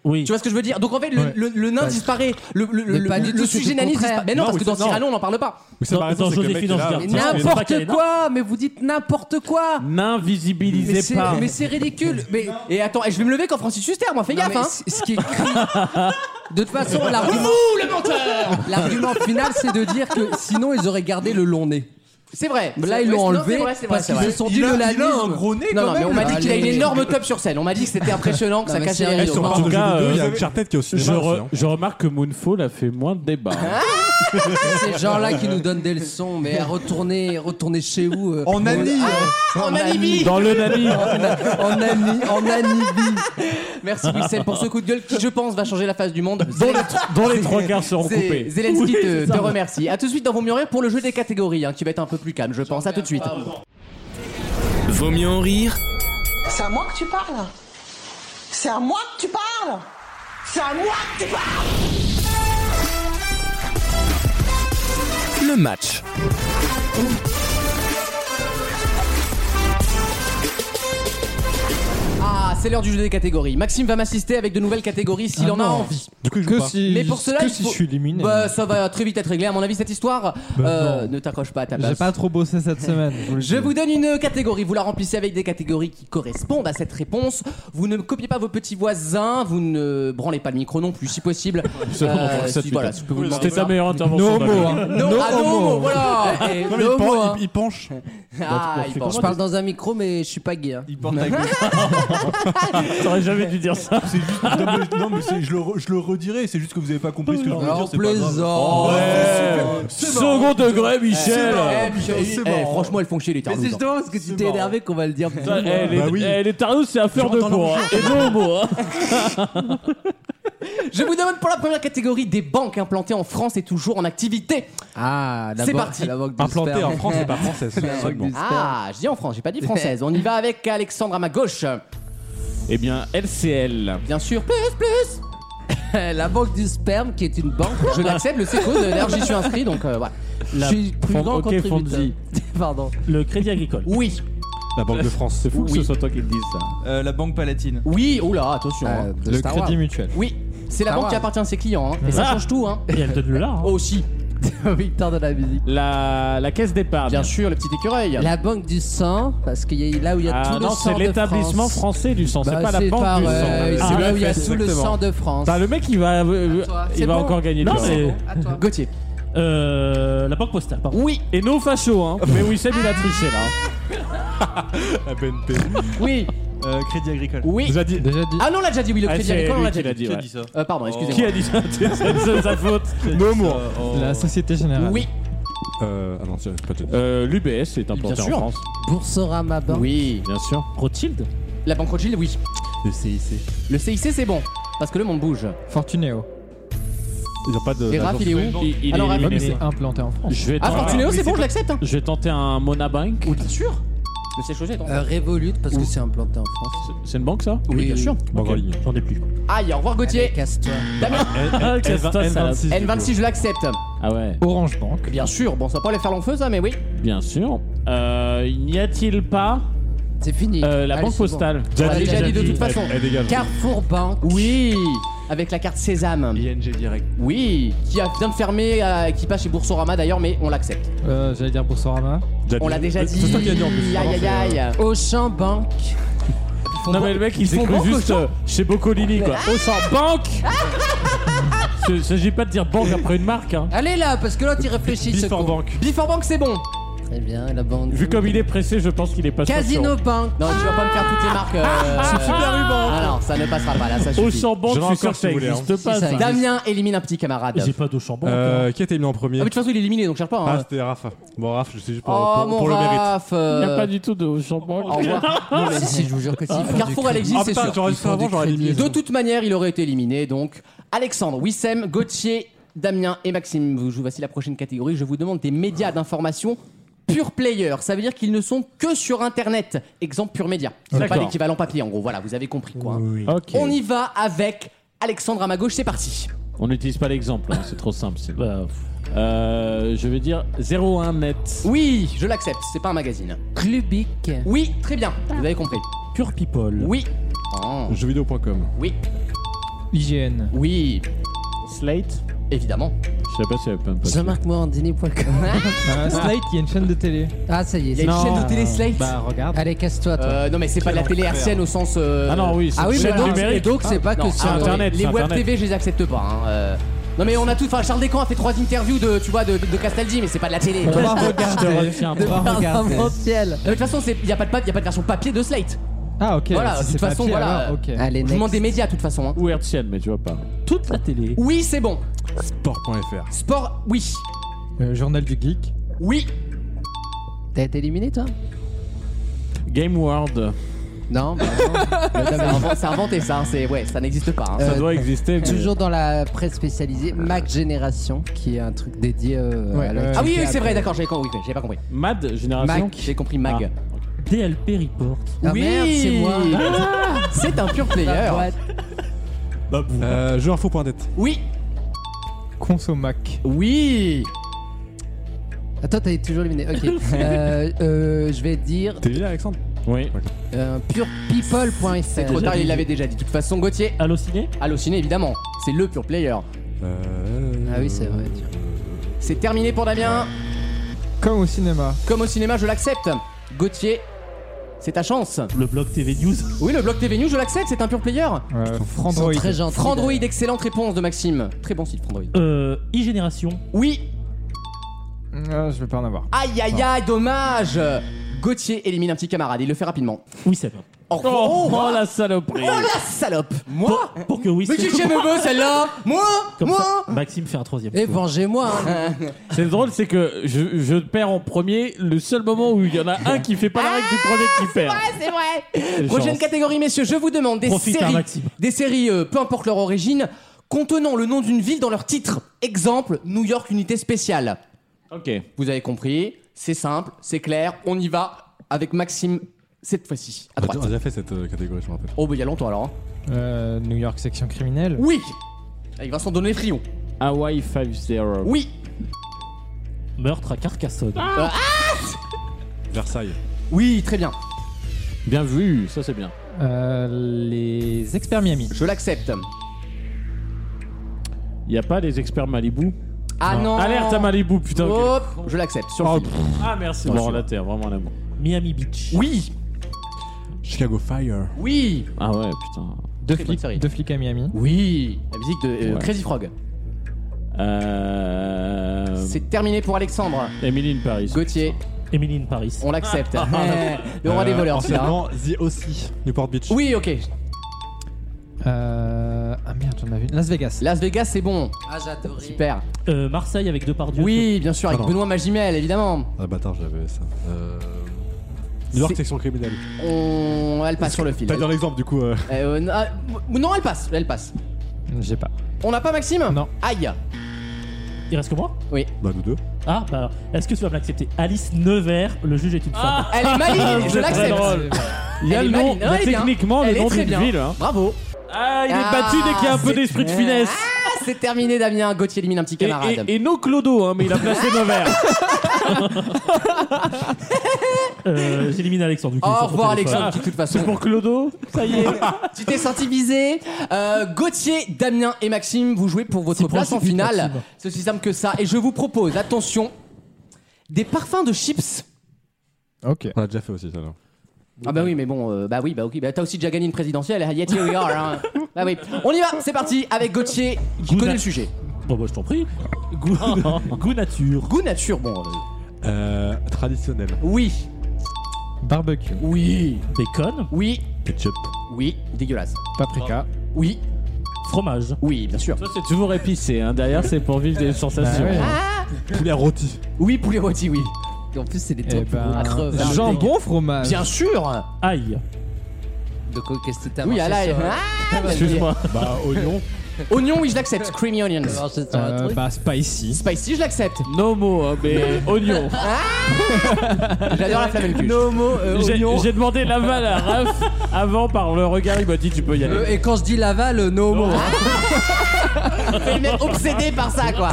S4: Oui.
S2: Tu vois ce que je veux dire Donc en fait, le, le- le nain disparaît. Le, le- le-
S3: Mais pas
S2: le-
S3: du
S2: le
S3: tout, c'est
S2: sujet
S3: le
S2: nanisme
S3: contraire.
S2: disparaît. Mais non,
S4: Non,
S2: parce
S4: oui,
S2: que dans
S4: ça, non.
S2: Cyrano, on n'en parle pas.
S9: Oui, ça
S4: Dans-
S9: m'a raison,
S4: dans
S9: c'est que le mec
S4: Joséphine
S9: est là,
S4: Ange
S9: hein.
S3: mais
S4: Tiens, c'est pas
S3: n'importe
S4: qu'elle est
S3: quoi, mais vous dites n'importe quoi. Mais
S5: N'invisibilisez
S3: c'est-
S5: pas.
S3: mais c'est ridicule. Mais
S2: Et attends, et je vais me lever quand Francis Huster, moi, fais
S3: Non,
S2: gaffe,
S3: mais
S2: hein
S3: c- Ce qui est
S2: (laughs)
S3: cri- De toute façon, l'argument. L'argument final, c'est de dire que sinon, ils auraient gardé le long nez.
S2: C'est vrai.
S3: Mais Là,
S2: C'est-
S3: ils l'ont
S2: ouais, c'est- non,
S3: enlevé
S2: c'est vrai, c'est vrai,
S3: parce
S2: c'est
S3: qu'ils
S2: vrai.
S3: se sont dit
S7: Il
S3: le
S7: a il a
S3: lanisme.
S7: un gros nez
S2: Non,
S7: quand
S2: non, mais on
S7: même.
S2: m'a dit qu'il a une
S3: Allez.
S2: énorme top sur scène. On m'a dit que c'était impressionnant, que
S3: Non,
S2: ça
S3: mais
S2: cachait
S3: c'est
S2: les
S3: vrai,
S2: rideaux.
S3: sur
S5: En tout cas,
S9: Il y a
S5: euh,
S9: Uncharted qui est au
S5: je,
S9: cinéma aussi,
S5: re-
S9: hein.
S5: je remarque que Moonfall a fait moins de débats.
S3: Ces gens-là qui nous donnent des leçons, mais retournez, retournez chez vous. euh,
S7: En Annie,
S2: En Namibie
S5: Dans le Nani.
S3: En Annie, en Anibie.
S2: Merci Wissem pour ce coup de gueule qui, je pense, va changer la face du monde.
S5: dont les, dont les trois quarts seront
S2: Zé-
S5: coupés.
S2: Zelensky te, te remercie. A tout de suite dans Vos Mieux Rires pour le jeu des catégories, hein, qui va être un peu plus calme, je pense. À tout de suite.
S1: Vaut mieux en rire
S12: C'est à moi que tu parles C'est à moi que tu parles C'est à moi que tu parles
S1: le match.
S2: Ah, c'est l'heure du jeu des catégories. Maxime va m'assister avec de nouvelles catégories s'il en a envie.
S9: Du coup, je
S6: Que
S9: joue pas.
S6: Ah si,
S2: Mais pour cela,
S6: que
S2: il
S6: si
S2: faut-
S6: je suis éliminé. Bah
S2: Bah, ça va très vite être réglé, à mon avis, cette histoire. Euh, ne t'accroche pas à ta
S6: J'ai
S2: base.
S6: pas trop bossé
S2: (laughs)
S6: cette semaine. vous le
S2: Je
S6: savez.
S2: vous donne une catégorie, vous la remplissez avec des catégories qui correspondent à cette réponse. Vous ne copiez pas vos petits voisins, vous ne branlez pas le micro non plus
S6: (laughs)
S2: si possible. Euh,
S5: C'est bon, on fera ça
S2: si,
S5: tout
S2: voilà,
S5: à
S2: si je peux vous demander
S5: C'était ta
S2: ça.
S5: meilleure
S6: No
S5: intervention. Damien.
S6: homo, hein.
S2: Non,
S6: No
S2: ah, non,
S6: homo. (laughs)
S2: voilà Eh,
S7: Non, mais
S2: no
S7: il, pen-
S2: homo, hein.
S7: il- il penche.
S2: Ah, il pense
S3: Je
S2: pas.
S3: parle dans un micro, mais je suis pas gay. hein.
S7: Il porte la gauche.
S5: T'aurais jamais dû dire ça.
S7: C'est juste. Non, mais, non, mais c'est- je, le re- je le redirai. C'est juste que vous avez pas compris ce que je voulais dire.
S3: Alors,
S7: C'est pas grave.
S5: Oh,
S3: plaisant.
S5: Second degré, Michel.
S2: Eh, Michel, eh, franchement, elles font chier les
S3: Mais
S2: tarnous,
S3: c'est
S2: hein.
S3: justement parce que tu t'es
S7: marrant.
S3: énervé qu'on va le dire.
S5: Ça, eh, les,
S7: Bah oui.
S5: eh, les Tarnous, c'est affaire de
S7: J'entends
S5: peau. Hein. Et non, mot. Hein.
S2: Je vous demande pour la première catégorie des banques implantées en France et toujours en activité.
S3: Ah, la
S2: C'est
S3: banque-
S2: parti.
S3: La banque du
S9: Implanté
S3: sperme.
S9: en France et pas française.
S3: La banque du sperme.
S2: Ah, je dis en France, j'ai pas dit (laughs) française. On y va avec Alexandre à ma gauche.
S5: Eh bien, LCL.
S2: Bien sûr, plus, plus.
S3: La banque du sperme, qui est une banque.
S2: Je l'accepte, le séco, d'ailleurs j'y suis inscrit, donc euh, voilà.
S3: Je
S4: La-
S3: suis le plus
S5: Fond-
S3: grand
S5: ok,
S3: contributeur.
S2: (laughs)
S5: Fonzi.
S3: Pardon.
S4: Le Crédit Agricole.
S2: Oui,
S9: La Banque de France.
S5: C'est fou que
S2: Oui.
S5: ce soit toi qui le dise ça.
S7: Euh, la banque palatine.
S2: oui, oula, attention. hein.
S3: Euh, de
S6: Le
S3: Star Wars.
S6: crédit mutuel.
S2: Oui, c'est la
S3: Ah
S2: banque
S3: ouais.
S2: qui appartient à ses clients, hein. et ça
S4: Ah.
S2: change tout. Hein.
S4: Et elle donne le lard. hein.
S2: (laughs) Aussi,
S3: Victor de la musique.
S5: La, la caisse d'épargne.
S2: bien sûr, le petit écureuil.
S3: La banque du sang, parce qu'il y a là où il y a
S5: Ah
S3: tout le
S5: non,
S3: sang.
S5: c'est
S3: de
S5: l'établissement
S3: France.
S5: français du sang, c'est
S3: Bah,
S5: pas la banque
S3: pas
S5: du sang.
S3: vrai,
S5: Ah,
S3: C'est là où il y a tout le
S5: exactement.
S3: sang de France.
S5: Bah, le mec, il va, euh,
S3: toi.
S5: il
S3: C'est
S5: va
S3: bon.
S5: encore gagner
S4: Non,
S5: du
S4: mais-
S5: temps.
S2: Gauthier.
S4: Euh, la Banque Postale, pardon.
S2: Oui,
S5: Et non facho, hein. Mais Wissem, il a triché là. hein.
S9: La BNP.
S2: oui,
S7: Euh, crédit agricole.
S2: oui.
S9: Déjà dit.
S6: Déjà dit.
S2: Ah non, on l'a déjà dit, oui, le
S5: Ah,
S2: crédit
S5: c'est
S2: agricole, on
S5: lui
S2: l'a
S5: qui
S2: déjà
S5: l'a
S2: dit.
S5: dit,
S7: Qui a
S5: ouais.
S7: dit ça
S2: Euh, pardon,
S5: Qui
S2: excusez-moi.
S5: a dit ça (laughs) C'est de sa faute.
S7: Momo.
S6: La Société
S3: Ah.
S6: Générale.
S2: Oui,
S9: Euh, ah non, c'est pas déjà dit.
S5: Euh, L'UBS est
S2: Bien
S5: implanté en
S2: sûr.
S5: France.
S3: Boursorama Bank.
S2: oui.
S5: Bien sûr.
S4: Rothschild.
S2: La banque Rothschild, oui.
S9: Le CIC.
S2: Le CIC, c'est bon, parce que le monde bouge.
S6: Fortunéo.
S9: Ils ont pas de.
S2: Et Raph, il est où
S5: Il, il
S2: Alors,
S5: est
S2: Raph,
S6: Ouais, mais
S5: éliminé.
S6: c'est implanté en France.
S5: Je vais
S2: Ah,
S5: tenter-
S2: Fortunéo, c'est bon, je l'accepte. hein.
S5: Je vais tenter un Monabank.
S2: Oui, bien sûr. Le séchaussé est en
S3: Euh, Revolut, parce que c'est implanté en France.
S5: C'est- C'est une banque ça
S2: Oui, bien sûr.
S9: Banque en
S5: Ok.
S9: ligne.
S4: J'en ai plus.
S2: Aïe, au revoir
S3: Allez,
S2: Gauthier.
S3: casse-toi.
S4: Ah, qu'est-ce que ça, ça,
S9: N26.
S2: N26, je l'accepte.
S5: Ah ouais,
S6: Orange Bank.
S2: Bien sûr, bon, ça va pas les faire long feu, ça, mais oui.
S5: bien sûr. Euh, N'y a-t-il pas
S3: C'est fini.
S5: euh, la
S3: Allez,
S5: banque
S3: c'est bon.
S5: postale
S2: On l'a déjà dit de toute façon.
S9: Eh, dégage.
S3: Carrefour Bank.
S2: Oui, avec la carte Sésame.
S7: ING direct.
S2: Oui, qui a bien fermé, euh, qui passe chez Boursorama d'ailleurs, mais on l'accepte.
S6: Euh, J'allais dire Boursorama.
S2: On l'a déjà dit.
S9: Euh, C'est toi qui as dit en plus.
S2: Aïe aïe aïe.
S3: Auchan Bank.
S5: Non mais le mec il s'est
S2: font
S5: cru
S2: banque au
S5: juste euh, chez Boccolini quoi. Au sang banque (laughs) Il s'agit pas de dire banque après une marque hein.
S3: Allez là, parce que là, tu réfléchis. ce
S9: Before
S3: con.
S9: Bank.
S2: Before Bank, c'est bon.
S3: Très Eh bien, la banque.
S5: Vu comme il est pressé je pense qu'il est pas sûr.
S3: Casino Bank.
S2: Non, tu vas pas me faire toutes les
S3: (laughs)
S2: marques. euh, Alors, ça ne passera pas là, ça
S5: Au
S2: suffit.
S5: sang banque
S9: J'en ai
S5: je suis sûr
S9: encore,
S5: que ça
S9: si vous voulez, hein.
S5: existe
S3: Si,
S5: pas
S3: ça
S5: ça.
S3: existe.
S2: Damien élimine un petit camarade.
S4: J'ai pas d'Auchamp
S9: Euh, Qui a été mis en
S2: Ah,
S9: premier
S2: mais de toute façon, il est éliminé, donc cherche pas. hein.
S9: Ah, c'était Raph. Bon, Raph, je sais juste pour,
S2: oh,
S9: pour-
S2: mon
S9: pour le mérite.
S2: Raph, euh,
S5: Il n'y a pas du tout de au sang banque.
S2: Au revoir. Non, mais-
S3: Si, si, je vous jure que si. ils font du
S2: Carrefour, elle
S3: crédit.
S2: existe,
S9: Ah,
S2: c'est
S9: putain,
S2: sûr.
S9: j'aurais
S3: Ils
S9: su
S3: font
S9: avant,
S3: du
S9: j'aurais
S3: crédit.
S2: De
S9: éliminé.
S2: toute manière, il aurait été éliminé. Donc, Alexandre, Wissem, Gauthier, Damien et Maxime, vous jouez voici la prochaine catégorie. Je vous demande des médias d'information pure player. Ça veut dire qu'ils ne sont que sur Internet. Exemple pure média. C'est pas
S5: D'accord.
S2: l'équivalent papier, en gros. Voilà, vous avez compris quoi. hein.
S5: Ok.
S2: On y va avec Alexandre à ma gauche. C'est parti.
S5: On n'utilise pas l'exemple hein, c'est trop simple. c'est-
S4: Bah, pff,
S5: Euh, je vais dire 01 net.
S2: Oui, je l'accepte. C'est pas un magazine.
S3: Clubic.
S2: Oui, très bien. Vous avez compris.
S4: Pure People.
S2: Oui. Oh,
S9: Jeuxvideo.com.
S2: Oui.
S6: IGN.
S2: Oui.
S5: Slate
S2: Évidemment.
S5: Je sais pas si elle peut me passer.
S3: Jean-Marc Morandini.com.
S6: Euh, Slate, il y a une chaîne de télé.
S3: Ah, ça y
S2: Ah, Il y a
S3: est.
S2: une
S5: Non.
S2: chaîne de télé Slate.
S6: Bah, regarde.
S3: Allez, casse-toi, toi.
S2: Euh, non mais c'est pas de la télé hertzienne au sens. euh,
S5: Ah non oui, c'est
S3: Ah oui,
S5: c'est
S3: mais
S5: le
S3: donc, et
S5: numérique.
S3: donc c'est pas
S2: Non,
S3: que sur
S2: ah,
S5: Internet,
S2: les
S5: c'est
S2: web
S5: Internet.
S2: TV, je les accepte pas. hein, euh. Non mais on a tout. Enfin, Charles Descamps a fait trois interviews de, tu vois, de, de- de Castaldi, mais c'est pas de la télé.
S6: On
S2: Non,
S5: Ah,
S6: va regarder.
S4: Tiens,
S3: de
S6: Regarde.
S3: Armentiel.
S2: mais de toute façon, il y a pas de pa- y a pas de version papier de Slate.
S6: Ah, ok.
S2: Voilà,
S6: si
S2: de
S6: c'est
S2: toute façon,
S6: papier,
S2: voilà. euh,
S6: alors, ok.
S3: Allez,
S2: Je vous demande
S3: next.
S2: des médias de toute façon. hein.
S5: Ou hertzienne mais tu vois pas.
S4: toute la télé.
S2: Oui, c'est bon.
S9: Sport.fr.
S2: Sport, oui.
S6: Euh, Journal du Geek.
S2: Oui.
S3: T'as été éliminé, toi
S5: Game World.
S3: Non,
S2: euh,
S3: bah,
S2: C'est invent- c'est inventé ça. hein, C'est ouais, ça n'existe pas. hein.
S3: Euh,
S5: Ça doit exister. mais-
S3: Toujours dans la presse spécialisée,
S2: Euh.
S3: Mac Génération, qui est un truc dédié euh,
S6: Ouais,
S3: à la-
S6: ouais.
S2: ah oui, oui, c'est vrai. D'accord, j'avais compris. J'avais pas compris.
S5: Mad génération. Ah,
S3: Mac.
S2: J'ai compris Mag.
S4: DLP Report.
S3: Ah
S2: oui.
S3: merde, c'est moi. Ah.
S2: C'est un pur player.
S3: La boîte.
S9: Euh, Jeuxinfo.net.
S2: Oui.
S6: Consomac.
S2: Oui. (laughs)
S3: Attends, t'es toujours éliminé. Ok. Euh, euh, je vais dire
S9: T'es là, Alexandre
S5: Oui.
S2: Euh, purepeople.fr. C'est trop tard, il l'avait déjà dit. De toute façon, Gauthier,
S4: Allociné
S2: Allociné évidemment, c'est le pure player.
S9: Euh,
S3: Ah oui, c'est vrai. tiens.
S2: C'est terminé pour Damien.
S6: Comme au cinéma.
S2: Comme au cinéma, je l'accepte. Gauthier, c'est ta chance.
S4: Le blog TV News
S2: Oui, le bloc TV News, je l'accepte, c'est un pure player.
S6: Euh,
S3: Ils sont
S6: Frandroid.
S3: très gentils.
S2: Frandroid, excellente réponse de Maxime. Très bon site, Frandroid.
S4: Euh, e-génération.
S2: Oui,
S6: Ah, je vais pas en avoir.
S2: aïe aïe aïe, dommage. Gauthier élimine un petit camarade, il le fait rapidement.
S4: Oui, c'est bon.
S2: Oh,
S5: Oh,
S2: oh, oh,
S5: la saloperie
S2: la salope Moi
S4: Pour que oui,
S2: Mais tu me veux celle-là Moi
S4: Comme
S2: Moi
S4: ça,
S3: hein.
S4: Maxime fait un troisième.
S3: Eh, vengez-moi hein.
S5: C'est drôle, c'est que je, je perds en premier le seul moment où il y en a un qui fait pas la règle du premier qui perd.
S2: c'est vrai
S5: Quelle
S2: Prochaine
S5: chance.
S2: catégorie, messieurs, je vous demande des
S4: Profite, hein,
S2: séries,
S4: Maxime.
S2: des séries, euh, peu importe leur origine, contenant le nom d'une ville dans leur titre. Exemple, New York Unité Spéciale.
S5: Ok.
S2: Vous avez compris, c'est simple, c'est clair, on y va avec Maxime cette fois-ci, à
S9: On a
S2: droite.
S9: déjà fait cette euh, catégorie, je me rappelle.
S2: Oh, bah il y a longtemps alors. hein.
S6: Euh, New York section criminelle.
S2: Oui Avec Vincent Donofrio.
S5: Hawaii 5-0.
S2: Oui Ah.
S4: Meurtre à Carcassonne.
S9: Versailles.
S2: Oui, très bien,
S5: Bien vu, ça c'est bien.
S6: Euh, les experts Miami.
S2: (laughs) je l'accepte.
S5: Y a pas les experts Malibu
S2: Ah non,
S5: Alerte à Malibu, putain. ok.
S2: Hop, je l'accepte. Sur le
S5: Oh,
S2: fil.
S5: pff. ah merci. Bon, la terre, vraiment l'amour.
S4: Miami Beach.
S2: Oui,
S9: Chicago Fire.
S2: oui,
S5: Ah ouais, putain.
S6: Deux
S2: Très bonne
S6: flics,
S2: série.
S6: deux flics à Miami.
S2: oui. La musique de euh,
S5: Ouais.
S2: Crazy Frog.
S5: Euh...
S2: C'est terminé pour Alexandre.
S5: Emily in Paris.
S2: Gauthier,
S4: Emily in Paris.
S2: on
S3: (laughs)
S2: l'accepte. Eh, le roi des voleurs, c'est hein. là.
S9: Anciennement, Euh, The aussi, Newport Beach.
S2: Oui, ok.
S6: Euh, ah merde, j'en avais une. Las Vegas.
S2: Las Vegas, c'est bon.
S3: Ah, j'adorais.
S2: Super.
S4: Euh, Marseille avec Depardieu.
S2: Oui, bien sûr, avec
S9: Pardon.
S2: Benoît Magimel, évidemment.
S9: Ah bâtard, j'avais ça. Euh... New York
S2: C'est-
S9: section criminelle.
S2: On... Elle passe sur le fil.
S9: T'as dans l'exemple du coup. euh,
S2: Euh, n- ah, non, elle passe, elle passe.
S6: J'ai pas.
S2: On n'a pas Maxime
S6: Non.
S2: Aïe.
S4: Il reste que moi
S9: Bah nous deux.
S4: Ah, bah alors, est-ce que tu vas me l'accepter Alice Nevers, le juge est une femme.
S2: Elle
S6: (laughs)
S2: est maligne, Ah, je
S5: C'est
S2: l'accepte.
S5: très drôle. Il y a
S2: Elle est
S5: le nom,
S2: maligne. Non,
S5: mais
S2: elle est bien.
S5: techniquement, le
S2: Elle est
S5: nom
S2: très
S5: d'une
S2: bien.
S5: ville. hein.
S2: Bravo.
S5: Ah, il est
S2: Ah,
S5: battu dès qu'il y a un peu
S2: c'est-
S5: d'esprit de finesse.
S2: Ah, c'est terminé, Damien. Gauthier élimine un petit
S5: Et,
S2: camarade.
S5: et- et no Clodo, hein, mais il a placé Nevers.
S4: (laughs) Euh, J'élimine Alexandre. du coup,
S2: Au
S4: sur son
S2: revoir,
S4: téléphone. Ah,
S2: Alexandre, qui, de toute façon.
S5: Pour Clodo, ça y est.
S2: Tu t'es senti visé. Euh, Gauthier, Damien et Maxime, vous jouez pour votre
S4: Si
S2: place en
S4: proche,
S2: finale.
S4: Maxime.
S2: C'est aussi simple que ça. Et je vous propose, attention, des parfums de chips.
S6: Ok.
S9: On l'a déjà fait aussi ça là.
S2: Ah bah oui, mais bon, euh, bah oui, bah ok. Bah t'as aussi déjà gagné une présidentielle. Yet here we are. hein. Bah oui. On y va, c'est parti avec Gauthier qui
S4: Good
S2: connaît
S4: at-
S2: le sujet.
S4: Bon, bah, je t'en prie.
S2: (laughs)
S4: Goût, goût nature.
S2: Goût nature, bon. euh,
S9: Euh, traditionnel.
S2: oui,
S6: Barbecue.
S2: oui,
S4: Bacon.
S2: oui,
S9: Ketchup.
S2: oui, dégueulasse.
S6: Paprika.
S2: Oui,
S4: Fromage.
S2: oui, bien sûr.
S5: Ça, c'est toujours épicé. Hein. Derrière, c'est pour vivre des sensations.
S4: Bah
S6: ouais.
S9: Poulet rôti.
S2: Oui, poulet rôti, oui.
S3: En plus, c'est des
S6: Eh
S3: trucs
S6: ben,
S3: crever.
S6: jambon fromage.
S2: Bien sûr.
S4: Aïe.
S3: De quoi qu'est-ce que t'as
S2: Oui, à
S3: marché
S2: l'ail.
S3: sur-
S2: Ah,
S5: Excuse-moi.
S9: Bah oignon.
S2: Oignon, oui, je l'accepte. Creamy onions.
S3: t'as marché sur un
S6: Euh,
S3: truc
S6: bah spicy.
S2: Spicy, je l'accepte.
S5: No mots, hein,
S4: Euh,
S5: mais oignon.
S2: J'adore la flamencuche.
S5: J'ai j'ai demandé l'aval à Raph avant par le regard. Il m'a dit Tu peux y aller.
S3: Euh, Et quand je dis Laval, no homo.
S2: Fait le mec obsédé par ça, quoi.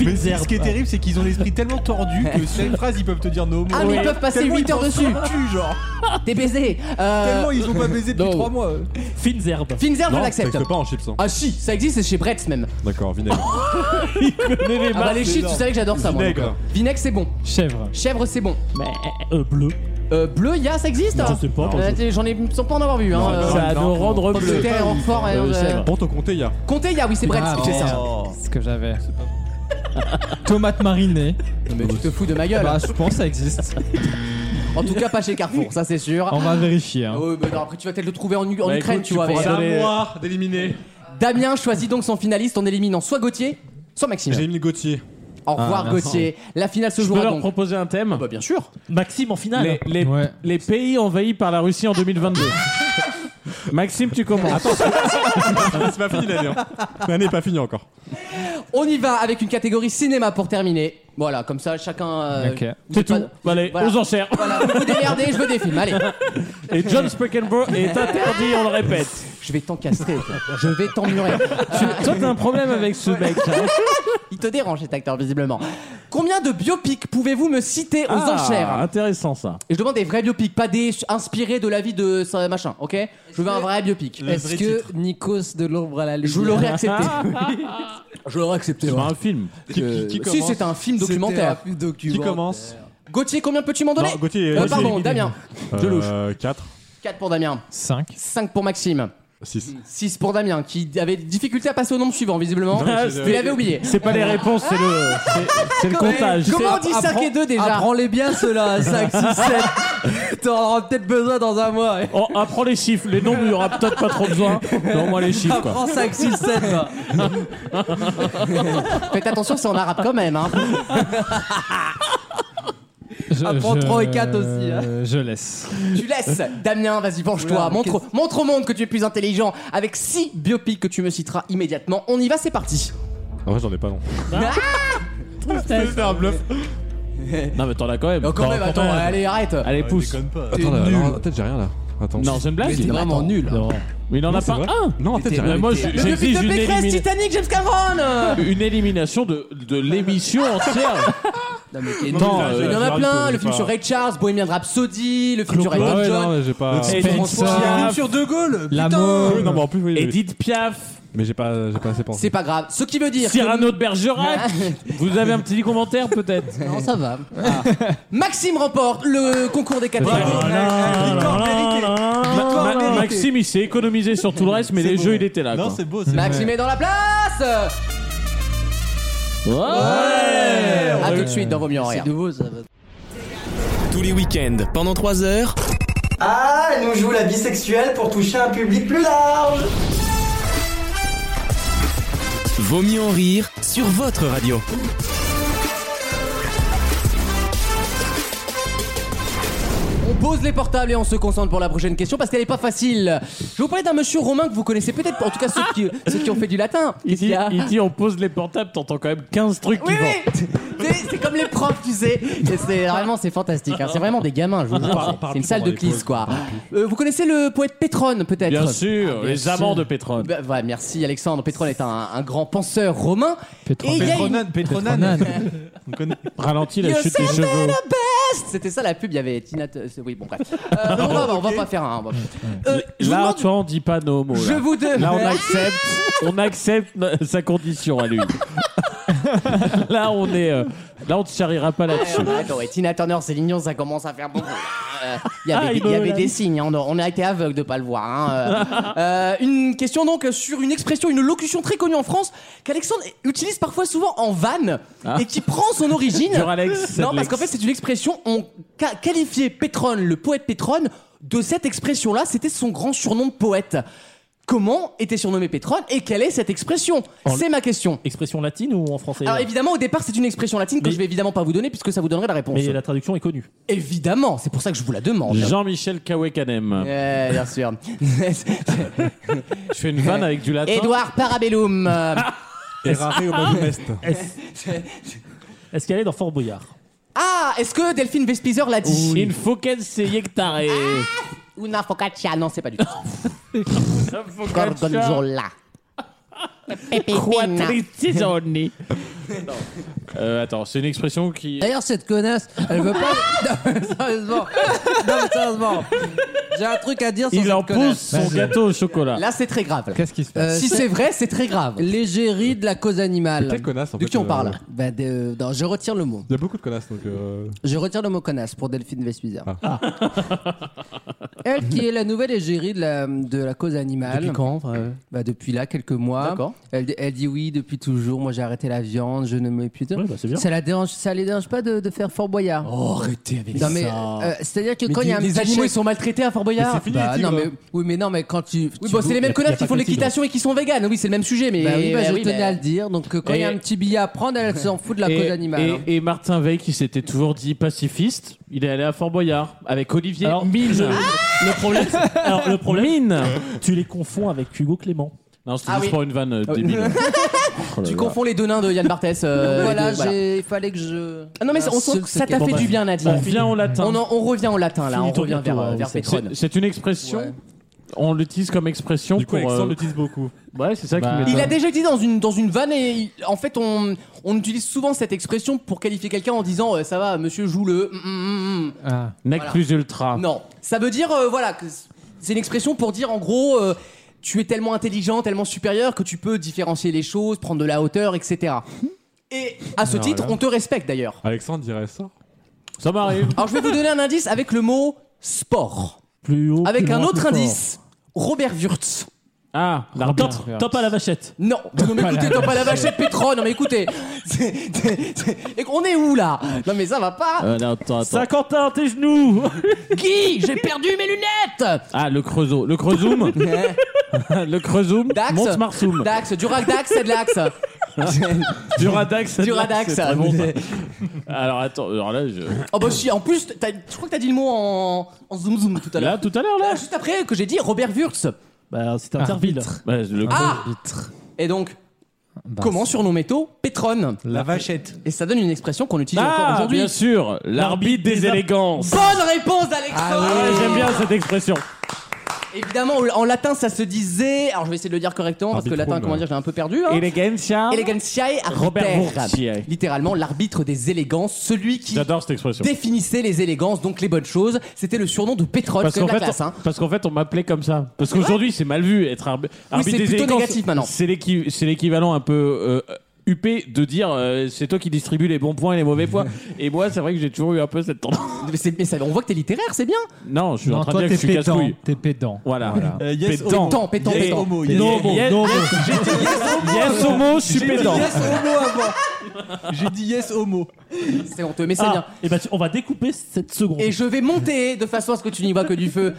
S7: Mais ce qui est terrible, c'est qu'ils ont l'esprit tellement tordu
S5: (laughs)
S7: que sur une phrase, ils peuvent te dire no more.
S2: Ah, mais ils peuvent passer
S7: Tellement
S2: 8 heures
S7: ils pensent
S2: dessus.
S7: au cul, genre.
S2: T'es baisé. Euh,
S7: (laughs) Tellement ils ont pas baisé depuis
S2: non.
S7: 3 mois.
S4: Fines herbes.
S2: Finzer, je
S9: Non,
S2: l'accepte.
S9: n'existe pas en chips. Hein.
S2: Ah si, ça existe, c'est chez Bretz même.
S9: D'accord, (laughs) vinaigre.
S2: Ah bah les chips, tu savais que j'adore ça moi. euh,
S9: Vinaigre.
S2: Vinaigre c'est bon,
S6: Chèvre.
S2: chèvre c'est bon.
S4: Euh, bleu.
S2: Euh, bleu, ya ça existe hein
S4: Je sais pas.
S2: Euh, t'es- J'en ai sans pas en avoir vu. Hein. euh,
S5: ça a
S2: non.
S5: nous rendre
S2: Pommes de
S5: bleu.
S2: terre, Roquefort,
S5: Euh,
S2: euh,
S5: c'est
S2: euh,
S5: bon.
S9: Bon, ton compté, il y a.
S2: Comté, ya oui c'est Bretz
S6: Ah,
S2: qui fait ça.
S6: C'est ce que j'avais. Tomate marinée.
S2: Mais tu te fous de ma gueule.
S6: Bah, je pense que ça existe.
S2: (laughs) En tout cas pas chez Carrefour, ça c'est sûr.
S6: On va vérifier. hein.
S2: Ah ouais, bah non, après tu vas peut-être le trouver en, U- en
S5: Bah,
S2: Ukraine,
S5: écoute,
S2: tu vois.
S5: tu
S2: mais-
S5: pourras- Allez.
S9: moi d'éliminer.
S2: Damien choisit donc son finaliste en éliminant soit Gauthier, soit Maxime.
S9: J'ai mis Gauthier.
S2: Au revoir
S6: Ah, merci.
S2: Gauthier. La finale
S5: Je
S2: se
S5: peux
S2: jouera
S5: leur
S2: donc.
S5: proposer un
S3: Ah
S5: thème
S2: Bah bien sûr.
S4: Maxime en finale.
S5: les, les-
S6: Ouais.
S5: les pays envahis par la Russie en 2022.
S2: (laughs)
S5: Maxime, tu commences.
S9: C'est pas fini l'année. hein.
S2: (laughs)
S9: L'année est pas finie encore.
S2: On y va avec une catégorie cinéma pour terminer. Voilà, comme ça chacun. euh,
S6: Ok.
S2: vous
S5: C'est
S2: êtes pas-
S5: tout. Allez,
S2: Voilà.
S5: aux enchères.
S2: Voilà, vous vous démerdez, je veux des films. Allez,
S5: Et John Speckenbrough est interdit, on le répète.
S2: je vais t'encastrer. toi. Je vais t'emmurer.
S5: Tu- toi, t'as un problème avec ce mec. hein.
S2: Il te dérange cet acteur, visiblement. Combien de biopics pouvez-vous me citer aux
S5: Ah,
S2: enchères
S5: Intéressant ça.
S2: Et je demande des vrais biopics, pas des su- inspirés de la vie de ce machin, ok Je veux un vrai biopic.
S3: Est-ce que Nikos de l'ombre à la lumière
S2: Je
S5: (laughs)
S2: l'aurais accepté.
S3: Je l'aurais accepté.
S5: C'est pas un film.
S9: Qui, Ah, qui- qui
S2: si,
S9: commence
S2: c'est un film documentaire.
S9: Qui commence
S2: Gauthier, combien peux-tu m'en donner
S9: Non, Gauthier.
S2: Euh,
S9: Gauthier.
S2: Pardon, Damien.
S9: Euh, 4,
S2: 4 pour Damien,
S6: 5.
S2: 5 pour Maxime,
S9: 6.
S2: 6 pour Damien, qui avait des difficultés à passer au nombre suivant, visiblement.
S5: Non,
S2: Vous l'avez oublié.
S5: C'est pas les réponses, c'est le, c'est- c'est le comptage.
S2: Comment on dit 5 et 2 déjà
S3: Apprends-les bien
S2: (laughs)
S3: ceux-là, 5, 6, 7. T'en auras peut-être besoin dans un mois.
S5: Oh, apprends les chiffres, les nombres, il y aura peut-être pas trop besoin. Non, moi les chiffres quoi.
S3: Apprends 5, 6, 7.
S2: Faites attention, c'est en arabe quand même. Hein.
S6: Je,
S3: Apprends
S6: je-
S3: trois et quatre aussi,
S6: Je laisse.
S2: Tu laisses. Damien, vas-y, penche-toi.
S3: Oula,
S2: Montre, montre au monde que tu es plus intelligent avec 6 biopics que tu me citeras immédiatement. On y va, c'est parti.
S9: En vrai, j'en ai pas non.
S4: Tristesse.
S9: C'est un bluff.
S5: Non, mais t'en as Oh, quand même.
S2: Non, quand
S5: T'en-
S2: même,
S5: t'en-
S2: attends, allez, arrête.
S5: Allez, pousse.
S7: Déconne pas.
S9: Attends, là, euh, non, en tête, j'ai rien là. Attends.
S5: Non, c'est une blague.
S3: t'es vraiment nul.
S5: Non. Mais il en a
S9: c'est
S5: pas
S9: vrai
S5: un.
S9: Non, en tête, j'ai rien.
S5: Mais moi, j'ai-
S2: Le biopic
S5: j'exige
S2: de
S5: une,
S2: Pécresse,
S5: élimina-
S2: Titanic, James Cameron
S5: une élimination de, de l'émission entière. Attends,
S9: mais là,
S5: euh,
S2: Il y en a
S9: Charles
S2: plein,
S9: Paul,
S2: le
S9: j'ai
S2: film
S9: pas-
S2: sur Ray Charles, Bohemian Rhapsody, le film sur
S9: Ah
S2: Elton
S9: ouais, non,
S2: John.
S9: mais j'ai pas.
S2: Et
S6: Spencer.
S5: Ah,
S2: François.
S7: Sur De Gaulle
S6: La
S7: putain.
S6: mort.
S9: Oui, non, mais en plus, oui. oui.
S5: Edith Piaf,
S9: Mais j'ai pas, j'ai pas assez pensé.
S2: C'est pas grave. Ce qui veut dire. que-
S5: Cyrano de
S3: (laughs)
S2: (laughs)
S9: ah.
S5: Bergerac. Vous avez un petit commentaire peut-être
S3: Non, ça va.
S2: Maxime remporte le concours des
S7: Ah,
S2: catégories.
S5: Ah, Ma- Maxime, il s'est économisé sur tout le reste, mais les jeux, il était là.
S7: Non,
S5: quoi.
S7: c'est beau, c'est
S2: Maxime est dans la place
S5: Ouais.
S2: A tout de suite dans Vos mieux en rire.
S3: C'est nouveau, ça va.
S1: Tous les week-ends, pendant 3 heures,
S13: Ah, elle nous joue la bisexuelle pour toucher un public plus large
S1: Vaut mieux en rire sur votre radio.
S2: On pose les portables et on se concentre pour la prochaine question parce qu'elle est pas facile. Je vais vous parler d'un monsieur romain que vous connaissez peut-être, en tout cas ceux qui, ceux qui ont fait du latin.
S5: Ah Il
S2: Qu'est-ce qu'il
S5: dit,
S2: y a
S5: il dit, on pose les portables, t'entends quand même 15 trucs
S2: Oui,
S5: qui vont.
S2: oui C'est- C'est comme les profs, tu sais. Et C'est vraiment c'est fantastique. hein. C'est vraiment des gamins. Je
S5: Ah,
S2: vous jure. C'est- C'est une salle de classe quoi. Euh, vous connaissez le poète Pétrone peut-être
S5: Bien
S4: Ah,
S5: sûr, les
S2: sûr.
S5: amants de pétrole.
S2: Bah, ouais, merci Alexandre. Pétrone est un, un grand penseur romain.
S6: Pétrone.
S2: Et il y a une-
S7: Pétronan, Pétronan. On connaît.
S5: Ralentis la
S2: You're
S5: chute des cheveux.
S2: (laughs) C'était ça la pub. Il y avait Tina. T- Oui, bon bref. Euh, on, va, on va pas faire un. on va- Euh, je vous
S5: Là,
S2: demande-
S5: toi, on dit pas nos mots.
S2: Je
S5: oh Là,
S2: vous demande.
S5: Là, on accepte, on accepte no- sa
S4: (laughs)
S5: condition à lui. là, on est, euh, là, on te charriera pas là-dessus.
S2: Attends, Ah, bah ouais, Tina Turner, Céline Dion, ça commence à faire beaucoup. Euh, Il y
S5: Ah,
S2: avait,
S5: il
S2: des, il y
S5: me
S2: avait
S5: l'a
S2: des
S5: dit.
S2: signes, hein, on a- on a été aveugle de pas le voir. hein, euh. Euh, une question donc sur une expression, une locution très connue en France qu'Alexandre utilise parfois souvent en vanne
S4: Ah.
S2: et qui prend son
S4: (laughs)
S2: origine.
S5: Sur Alex, c'est
S2: non,
S5: de l'ex.
S2: parce qu'en fait, c'est une expression. On ca- qualifiait Pétrone, le poète Pétrone, de cette expression-là. C'était son grand surnom de poète. Comment était surnommé Pétrone et quelle est cette expression
S4: En-
S2: C'est ma question.
S4: Expression latine ou en français
S2: Alors
S4: là
S2: évidemment, au départ, c'est une expression latine que
S4: Mais-
S2: je vais évidemment pas vous donner puisque ça vous donnerait la réponse.
S4: Mais la traduction est connue.
S2: Évidemment, c'est pour ça que je vous la demande.
S5: Jean-Michel Kawekanem.
S2: Euh,
S3: (laughs)
S2: bien sûr.
S5: Je fais une vanne avec du latin.
S2: Édouard
S3: (laughs)
S2: Parabellum. Euh,
S9: Errare au majum est.
S4: Est-ce qu'elle est dans Fort Boyard
S2: Ah, est-ce que Delphine Vespizer l'a dit
S5: Il faut qu'elle s'est hectare.
S2: Una focaccia. Non, c'est pas du tout.
S5: Focaccia.
S2: Gorgonzola. Pépépina.
S5: Quattricioni. Euh, attends, c'est une expression qui.
S2: Eh,
S3: D'ailleurs, cette connasse, elle veut pas. Non, mais sérieusement. Non, mais sérieusement. J'ai un truc à dire sur
S5: Il
S3: cette
S5: en pousse
S3: connasse.
S5: son
S6: Vas-y.
S5: gâteau au chocolat.
S2: Là, c'est très grave.
S6: Qu'est-ce qui se passe
S3: Euh,
S2: Si c'est vrai, c'est très grave.
S3: L'égérie de la cause animale.
S9: Quelle connasse en
S2: De
S9: fait,
S2: qui on
S9: euh,
S2: parle
S3: Bah, de- non, je retire le mot.
S9: Il y a beaucoup de connasses donc. euh,
S3: Je retire le mot connasse pour Delphine Vespizer. (laughs) Elle qui est la nouvelle égérie de la, de la cause animale.
S2: Depuis quand
S3: bah, Depuis là, quelques mois.
S2: D'accord.
S3: Elle, elle dit oui depuis toujours. Moi, j'ai arrêté la viande, je ne mets plus de.
S4: Oui, bah c'est bien.
S3: ça la dérange, ça les dérange pas de, de faire Fort Boyard.
S2: Oh, arrêtez avec
S3: non, mais euh, c'est-à-dire que quand il y a un
S2: les
S3: petit
S2: animaux,
S3: chef-
S2: ils sont maltraités à Fort Boyard.
S9: fini,
S3: Bah,
S9: les
S3: non,
S9: tigres.
S3: mais, oui, mais non, mais quand tu.
S2: Oui,
S3: tu
S2: bon, c'est les mêmes
S4: y a- y
S2: connards
S4: a
S2: qui
S4: pas
S2: font
S4: que
S2: de
S4: les tigres.
S2: l'équitation et qui sont véganes. Oui, c'est le même sujet, mais.
S3: Bah oui, bah,
S2: bah
S3: je
S2: oui,
S3: tenais
S2: mais-
S3: à le dire. Donc, euh, quand il y a
S5: Et-
S3: un petit billet à prendre, elle s'en fout de la cause animale. hein.
S5: et- et Martin Veil, qui s'était toujours dit pacifiste, il est allé à Fort Boyard avec Olivier
S4: Alors,
S5: Mine.
S4: je- Le problème, (laughs) alors le problème,
S5: Mine
S4: tu les confonds avec Hugo Clément.
S5: Non, c'était
S2: Ah
S5: juste
S2: oui.
S5: pour une vanne euh,
S2: oui. (laughs)
S5: débile. Oh là
S2: Tu
S5: là.
S2: confonds les deux nains de Yann Barthès. euh,
S3: voilà,
S2: les deux, voilà.
S3: j'ai- il fallait que je.
S2: Ah non, mais on sent
S3: Insulte
S2: que
S3: ce
S2: ça t'a
S3: qu'est-
S2: fait
S4: bah,
S2: du bien, Nadia.
S5: On revient au latin.
S2: On, en- on revient au latin là,
S4: Fini
S2: on
S4: ton
S2: revient
S4: bientôt,
S2: vers,
S4: hein,
S2: vers
S4: vous savez.
S2: Pétrone.
S5: C'est- C'est une expression
S3: Ouais.
S5: on l'utilise comme expression
S9: Du coup,
S5: pour.
S9: Alexandre
S5: euh,
S9: l'utilise beaucoup.
S5: Ouais, c'est ça
S9: Bah,
S5: qui
S2: Il a
S5: m'étonne.
S2: déjà utilisé dans une, dans une vanne et il- en fait on, on utilise souvent cette expression pour qualifier quelqu'un en disant euh, ça va monsieur joue le hum, hum, hum, hum.
S6: Ah.
S5: Nec
S2: Voilà.
S5: plus ultra.
S2: Non, ça veut dire euh, voilà que c- c'est une expression pour dire en gros euh, tu es tellement intelligent, tellement supérieur que tu peux différencier les choses, prendre de la hauteur, etc. Et à ce
S9: Alors
S2: titre,
S9: là.
S2: on te respecte d'ailleurs.
S9: Alexandre dirait ça.
S5: Ça (laughs) m'arrive.
S2: Alors je vais vous donner un indice avec le mot sport.
S4: Plus haut.
S2: Avec
S4: plus
S2: un
S4: loin,
S2: autre
S4: plus fort.
S2: indice, Robert Wurtz.
S5: Ah, l'arbitre.
S4: Top, top à la vachette.
S2: Non, non mais écoutez, t'as pas la vachette pétrole, non mais écoutez, c'est- c'est- c'est- et on est où là Non mais ça va pas.
S5: Euh, non, attends, attends.
S4: 51, tes genoux
S2: Guy, j'ai perdu mes lunettes.
S5: (laughs) Ah, le creusot. Le
S2: (laughs)
S5: creusoum. (laughs) le creusoum.
S2: Dax.
S5: Monte Marsoum.
S2: Dax, Durac Dax, c'est de l'axe.
S5: Duradax. (laughs)
S2: Duradax.
S5: c'est très bon, ça. Alors attends, alors là, je...
S2: (laughs) Oh bah si, en plus, t'as- je crois que t'as dit le mot en, en zoom zoom tout à l'heure.
S5: là tout à l'heure là.
S2: Là, Juste après que j'ai dit Robert Wurtz.
S4: Bah, c'est Interville.
S5: Bah, le
S2: Ah Et donc,
S5: Bah,
S2: comment surnommait on Pétrone
S7: La vachette.
S2: Et ça donne une expression qu'on utilise encore
S5: Ah,
S2: aujourd'hui.
S5: bien sûr, l'arbitre des élégances.
S2: Bonne réponse d'Alexandre
S5: Ah ouais, j'aime bien cette expression.
S2: Évidemment, en latin ça se disait. Alors je vais essayer de le dire correctement parce que le latin,
S9: Arbitrum,
S2: comment dire, j'ai un peu perdu. Hein.
S5: Elegantia.
S2: Elegantiae
S5: Robert
S2: arbiter.
S5: Wurtz.
S2: Littéralement, l'arbitre des élégances, celui qui
S5: J'adore cette expression.
S2: définissait les élégances, donc les bonnes choses. C'était le surnom de Pétrone,
S5: Parce
S2: c'est de
S5: qu'en
S2: la
S5: fait,
S2: classe.
S5: on-
S2: hein.
S5: parce qu'en fait, on m'appelait comme ça. Parce qu'aujourd'hui, c'est mal vu être arbi- arbitre
S2: c'est
S5: des
S2: plutôt
S5: élégances.
S2: négatif, maintenant.
S5: C'est l'équi- c'est l'équivalent un peu euh, huppé de dire euh, c'est toi qui distribue les bons points et les mauvais
S2: (laughs)
S5: points. et moi, c'est vrai que j'ai toujours eu un peu cette tendance.
S2: Mais, c'est- mais ça- on voit que t'es littéraire, c'est bien.
S5: Non, je suis en
S6: Non,
S5: train de
S6: toi,
S5: dire
S6: t'es
S5: que je suis
S6: pédant.
S5: casse-couille.
S6: T'es pédant.
S5: Voilà.
S7: Euh, yes,
S5: Pédant.
S2: Pétant, pétant,
S5: Yes.
S2: pétant.
S7: yes,
S5: Non,
S7: homo.
S5: yes, yes, homo, je suis
S7: J'ai dit
S5: pédant.
S7: yes homo avant. J'ai dit yes homo.
S2: C'est honteux, mais c'est bien.
S4: Ah, et bah, tu- on va découper cette seconde.
S2: Et je vais monter de façon à ce que tu n'y vois que du feu.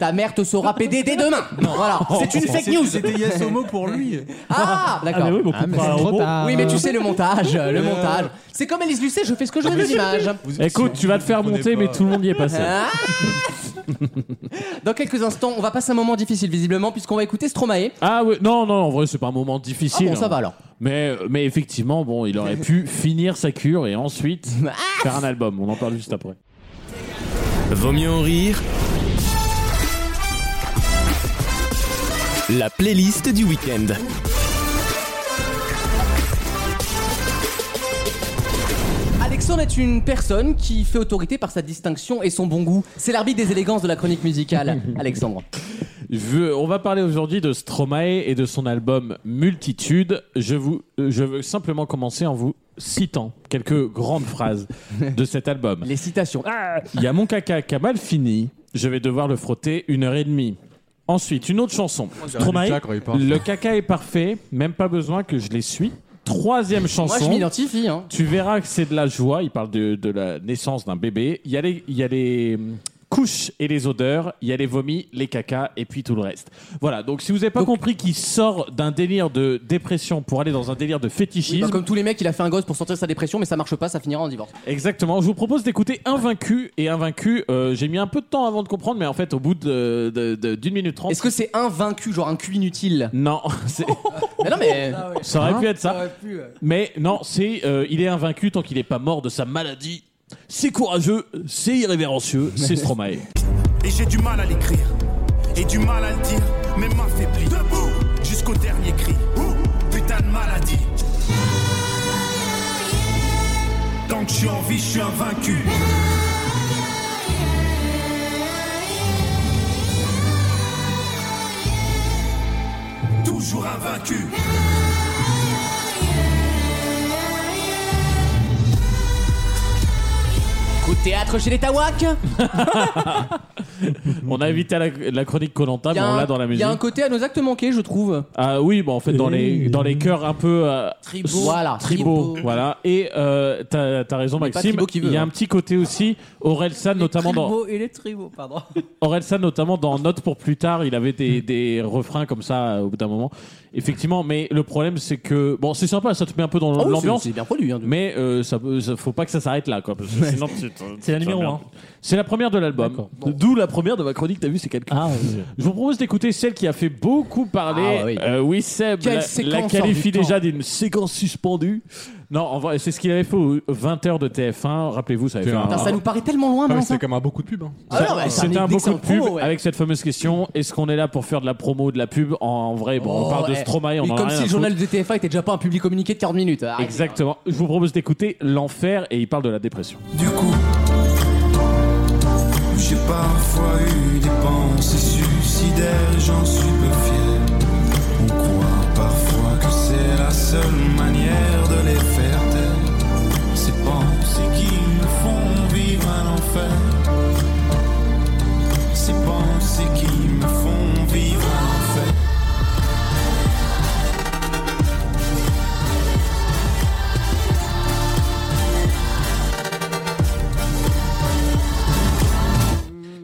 S2: Ta mère te saura péder dès demain. Voilà,
S5: Oh.
S2: c'est une fake news.
S7: C'était yes homo pour lui.
S4: Ah,
S2: Ah,
S4: mais
S2: d'accord.
S4: oui, mais on
S6: mais
S4: coupera
S6: c'est
S4: un
S6: trop
S4: robot.
S6: tard.
S2: Oui, mais tu sais le montage, le
S7: Euh.
S2: montage. C'est comme Elise Lucet, je fais ce que je veux des images.
S5: Écoute, tu vas te faire
S7: comprenez
S5: monter,
S7: pas.
S5: mais tout le monde y est
S2: (laughs)
S5: passé.
S2: Ah Dans quelques instants, on va passer un moment difficile visiblement puisqu'on va écouter Stromae.
S5: Ah oui, non, non, en vrai, c'est pas un moment
S2: Ah
S5: difficile. hein.
S2: bon, ça va alors.
S5: Mais, mais effectivement, bon, il aurait
S2: (laughs)
S5: pu finir sa cure et ensuite faire un album. On en parle juste après.
S1: Vaut mieux en rire. La playlist du week-end.
S2: Alexandre est une personne qui fait autorité par sa distinction et son bon goût. C'est l'arbitre des élégances de la chronique
S5: (laughs)
S2: musicale, Alexandre.
S5: Je veux- on va parler aujourd'hui de Stromae et de son album Multitude. Je, vous, euh, je veux simplement commencer en vous citant quelques grandes phrases de cet album.
S2: (laughs) Les citations. Ah
S5: Il y a mon caca qui a mal fini. Je vais devoir le frotter une heure et demie. Ensuite, une autre chanson.
S4: Stromae.
S5: Le caca est parfait, même pas besoin que je les suis. Troisième chanson.
S2: Moi, je m'identifie. Hein.
S5: Tu verras que c'est de la joie. Il parle de, de la naissance d'un bébé. Il y a les, il y a les hum, couches et les odeurs. Il y a les vomis, les cacas et puis tout le reste. Voilà. Donc, si vous n'avez pas
S2: Donc-
S5: compris qu'il sort d'un délire de dépression pour aller dans un délire de
S2: Oui, bah,
S5: fétichisme,
S2: comme tous les mecs, il a fait un gosse pour sortir de sa dépression, mais ça marche pas, ça finira en divorce.
S5: exactement. Je vous propose d'écouter Invaincu et Invaincu. euh, J'ai mis un peu de temps avant de comprendre, mais en fait, au bout de- de- de- d'une minute trente.
S2: Est-ce que c'est un vaincu, genre un cul inutile
S5: Non, (laughs) c'est-
S2: Mais non, mais.
S5: ça
S2: Hein
S5: aurait pu être ça. Mais non, c'est euh, il est invaincu tant qu'il n'est pas mort de sa maladie. C'est courageux, c'est irrévérencieux,
S2: (laughs)
S5: c'est Stromae.
S14: Et j'ai du mal à l'écrire Et du mal à le dire Mais m'affaiblit Debout Jusqu'au dernier cri Ouh, Putain de maladie Tant que je suis en vie, je suis invaincu Toujours invaincu
S2: Coup de théâtre chez les Tawak
S5: On a évité la, la chronique Colanta,
S2: Il y
S5: mais
S2: a
S5: on
S2: un-
S5: l'a dans la
S2: il y
S5: musique.
S2: a un côté à nos actes manqués, je trouve.
S5: Ah oui, bah en fait dans les dans les chœurs un peu euh,
S2: Tribaux.
S5: s-
S2: Voilà,
S5: tribaux,
S2: tribaux.
S5: voilà. Et euh, t'as t'as raison
S2: Mais pas
S5: Maxime.
S2: tribaux qui veut,
S5: il y a
S2: hein.
S5: un petit côté aussi Orelsan notamment dans
S3: et les tribaux, pardon.
S5: Orelsan notamment dans Notes pour plus tard. Il avait des, des refrains comme ça euh, au bout d'un moment. Effectivement, mais le problème c'est que bon c'est sympa, ça te met un peu dans
S2: Ah oui,
S5: l'ambiance.
S2: c'est- C'est bien produit. hein, du-
S5: Mais euh, ça, peut- ça- faut pas que ça s'arrête là, quoi. parce que sinon, tu- tu-
S4: (laughs) C'est la
S5: tu
S4: numéro
S5: emmerdes.
S4: 1.
S5: C'est la première de l'album. D'où la première de ma chronique. T'as vu, c'est quelqu'un.
S4: Ah,
S2: (laughs)
S4: oui.
S5: Je vous propose d'écouter celle qui a fait beaucoup parler.
S2: Ah, oui.
S5: Euh, oui, Seb
S2: Quelle
S5: la,
S2: séquence
S5: la
S2: hors
S5: qualifie
S2: du temps.
S5: déjà d'une séquence suspendue. Non, en vrai, c'est ce qu'il avait fait aux 20 heures de TF1. Rappelez-vous, ça avait fait un-
S2: Putain, ça nous paraît tellement loin, maintenant.
S5: Ah. c'est
S2: ça.
S9: comme un beaucoup de pub. hein.
S2: Ah ouais, non, mais c'est
S5: C'était
S2: un
S5: un beaucoup
S2: excellent
S5: de pub
S2: promo, ouais.
S5: avec cette fameuse question est-ce qu'on est là pour faire de la promo ou de la pub en, en vrai bon, On
S2: Oh,
S5: parle de
S2: ouais.
S5: Stromae, on
S2: Mais
S5: en a
S2: comme
S5: rien
S2: si
S5: à
S2: le journal de TF1 était déjà pas un public communiqué de 40 minutes.
S5: foutre.
S2: Arrête.
S5: Exactement. Je vous propose d'écouter L'Enfer et il parle de la dépression.
S14: J'ai parfois eu des pensées suicidaires, j'en suis peu fier. On croit parfois que c'est la seule manière de les faire taire. Ces pensées qui me font vivre un enfer. Ces pensées qui me font vivre un enfer.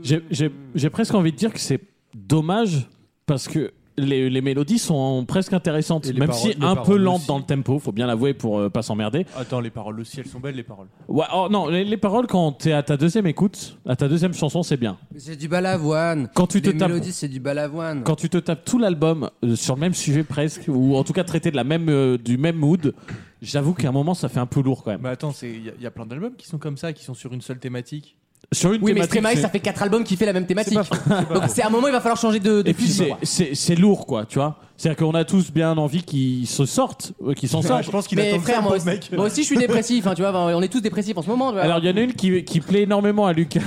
S5: J'ai- J'ai j'ai presque envie de dire que c'est dommage parce que les, les mélodies sont presque intéressantes,
S7: Et les
S5: même
S7: paroles-
S5: si
S7: les
S5: un peu
S7: paroles
S5: lentes
S7: aussi.
S5: dans le tempo, faut bien l'avouer pour euh, pas s'emmerder.
S7: Attends, les paroles aussi, elles sont belles, les paroles.
S5: Ouais, oh, non, les, les paroles quand t'es à ta deuxième écoute, à ta deuxième chanson, c'est bien.
S3: C'est du balavoine.
S5: Quand tu
S3: Les
S5: te tapes-
S3: mélodies, c'est du balavoine.
S5: Quand tu te tapes tout l'album euh, sur le même sujet presque, ou en tout cas traité de la même, euh, du même mood, j'avoue qu'à un moment ça fait un peu lourd quand même.
S7: Mais attends, il y, a- y a plein d'albums qui sont comme ça, qui sont sur une seule thématique.
S5: Sur une
S2: Oui, mais
S5: thématique,
S2: Stromae,
S5: c'est-
S2: ça fait 4 albums qui fait la même thématique.
S7: pas
S2: Donc c'est à un moment, il va falloir changer de. de
S5: Et puis
S2: film,
S5: c'est-
S2: quoi.
S5: c'est c'est lourd quoi, tu vois. C'est-à-dire qu'on a tous bien envie qu'ils se sortent, euh, qu'ils s'en sortent.
S2: Mais frère, moi aussi, moi aussi, je suis (laughs) dépressif, hein, tu vois. enfin, On est tous dépressifs en ce moment. tu vois.
S5: Alors il y en a une qui, qui plaît énormément à Lucas.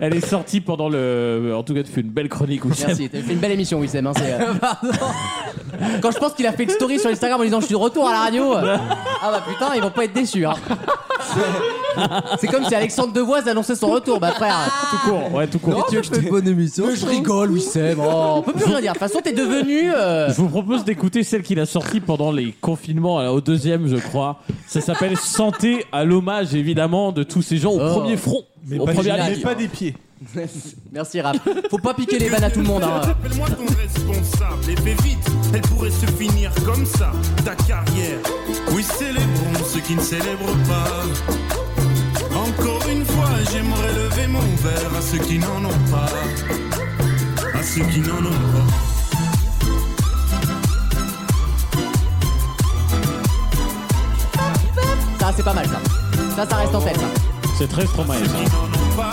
S5: Elle est sortie pendant le. En tout cas, tu fais une belle chronique. Wissem.
S2: Merci, t'as fait une belle émission, Wissem. hein, c'est, (laughs) euh, Quand je pense qu'il a fait une story sur Instagram en disant je suis de retour à la radio, (laughs) euh, ah bah putain, ils vont pas être déçus. hein. C'est comme si Alexandre Devoise annonçait son retour, bah frère.
S5: Tout court, ouais, tout court.
S2: tu veux que je te-
S3: bonne émission.
S2: Mais je rigole, Wissem. oh, on peut plus rien dire. De toute façon, t'es devenu. euh,
S5: Je vous propose d'écouter celle qu'il a sortie pendant les confinements, alors au deuxième, je crois. Ça s'appelle Santé à l'hommage, évidemment, de tous ces gens au
S2: Oh.
S5: premier front,
S2: Mais
S5: au
S2: pas
S5: premier
S2: des-
S5: ligne.
S2: mais
S7: Pas des pieds.
S2: Merci, Raph. Faut pas piquer les vannes à tout le monde. hein.
S14: Appelle-moi ton responsable et fais vite, elle pourrait se finir comme ça, ta carrière. Oui, célébrons ceux qui ne célèbrent pas. Encore une fois, j'aimerais lever mon verre à ceux qui n'en ont pas. À ceux qui n'en ont pas.
S2: Ça, c'est pas mal, ça. Ça, ça reste en tête, ça.
S5: C'est très Stromae. ça.
S14: hein.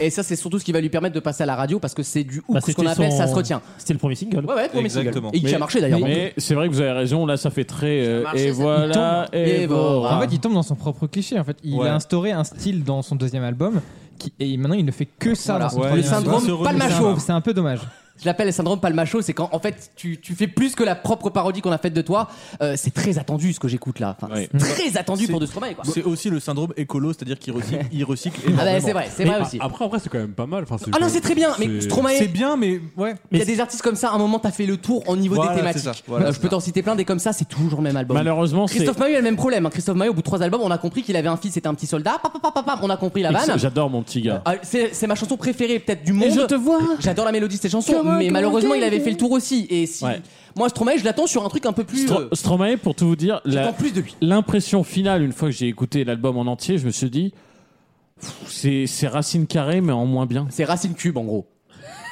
S2: Et ça, c'est surtout ce qui va lui permettre de passer à la radio parce que c'est du hook,
S4: Bah,
S2: ce qu'on
S4: c'était
S2: appelle
S4: son-
S2: ça se retient.
S4: C'était le premier single.
S2: Ouais, ouais, premier single. Et qui a
S5: Mais-
S2: marché d'ailleurs.
S5: Mais c'est vrai que vous avez raison, là ça fait très. euh,
S2: marché,
S5: et
S2: ça-
S5: voilà,
S2: Il tombe.
S5: et
S2: Et
S5: voilà.
S6: En fait, il tombe dans son propre cliché. En fait, il
S7: Ouais.
S6: a instauré un style dans son deuxième album, qui, et maintenant il ne fait que ça.
S2: Voilà.
S6: dans son
S7: Ouais,
S6: premier
S7: le
S6: album.
S2: syndrome
S6: C'est un-
S2: Palmachauve.
S6: C'est un peu dommage.
S2: Je l'appelle le syndrome palmacho, c'est quand en fait tu, tu fais plus que la propre parodie qu'on a faite de toi. Euh, c'est très attendu ce que j'écoute là. Enfin,
S5: Ouais.
S2: c'est Très attendu
S7: C'est-
S2: pour de Stromae quoi.
S7: C'est aussi le syndrome écolo, c'est-à-dire qu'il recycle, il recycle
S2: Ah bah
S7: énormément.
S2: c'est vrai, c'est
S5: Mais-
S2: vrai aussi.
S9: Après, en vrai, c'est quand même pas mal. Enfin,
S2: Ah non, c'est très bien, mais
S9: c'est-
S2: Stromae,
S7: C'est bien, mais ouais.
S2: il y a des artistes comme ça, à un moment t'as fait le tour au niveau
S7: Voilà,
S2: des
S7: c'est ça,
S2: thématiques.
S7: voilà,
S2: Euh,
S7: c'est
S2: je peux
S7: ça.
S2: t'en citer plein des comme ça, c'est toujours le même album.
S5: Malheureusement, c'est.
S2: Christophe Maé a le même problème. hein. Christophe Maé, au bout de trois albums, on a compris qu'il avait un fils, c'était un petit soldat. Pam, pam, pam, pam, pam, on a compris la vanne.
S5: J'adore mon petit gars.
S2: Ah, c'est c'est ma chanson préférée peut-être du monde.
S5: je te vois.
S2: J'adore la mélodie de cette chanson,
S5: Comment,
S2: mais
S5: comment,
S2: malheureusement il avait
S5: comment
S2: fait le tour aussi. Et si
S5: Ouais.
S2: moi Stromae, je l'attends sur un truc un peu plus.
S5: Stro-
S2: euh,
S5: Stromae, pour tout vous dire, la-
S2: j'attends plus de lui.
S5: l'impression finale, une fois que j'ai écouté l'album en entier, je me suis dit. pff, C'est c'est Racine Carrée, mais en moins bien.
S2: C'est Racine Cube en gros.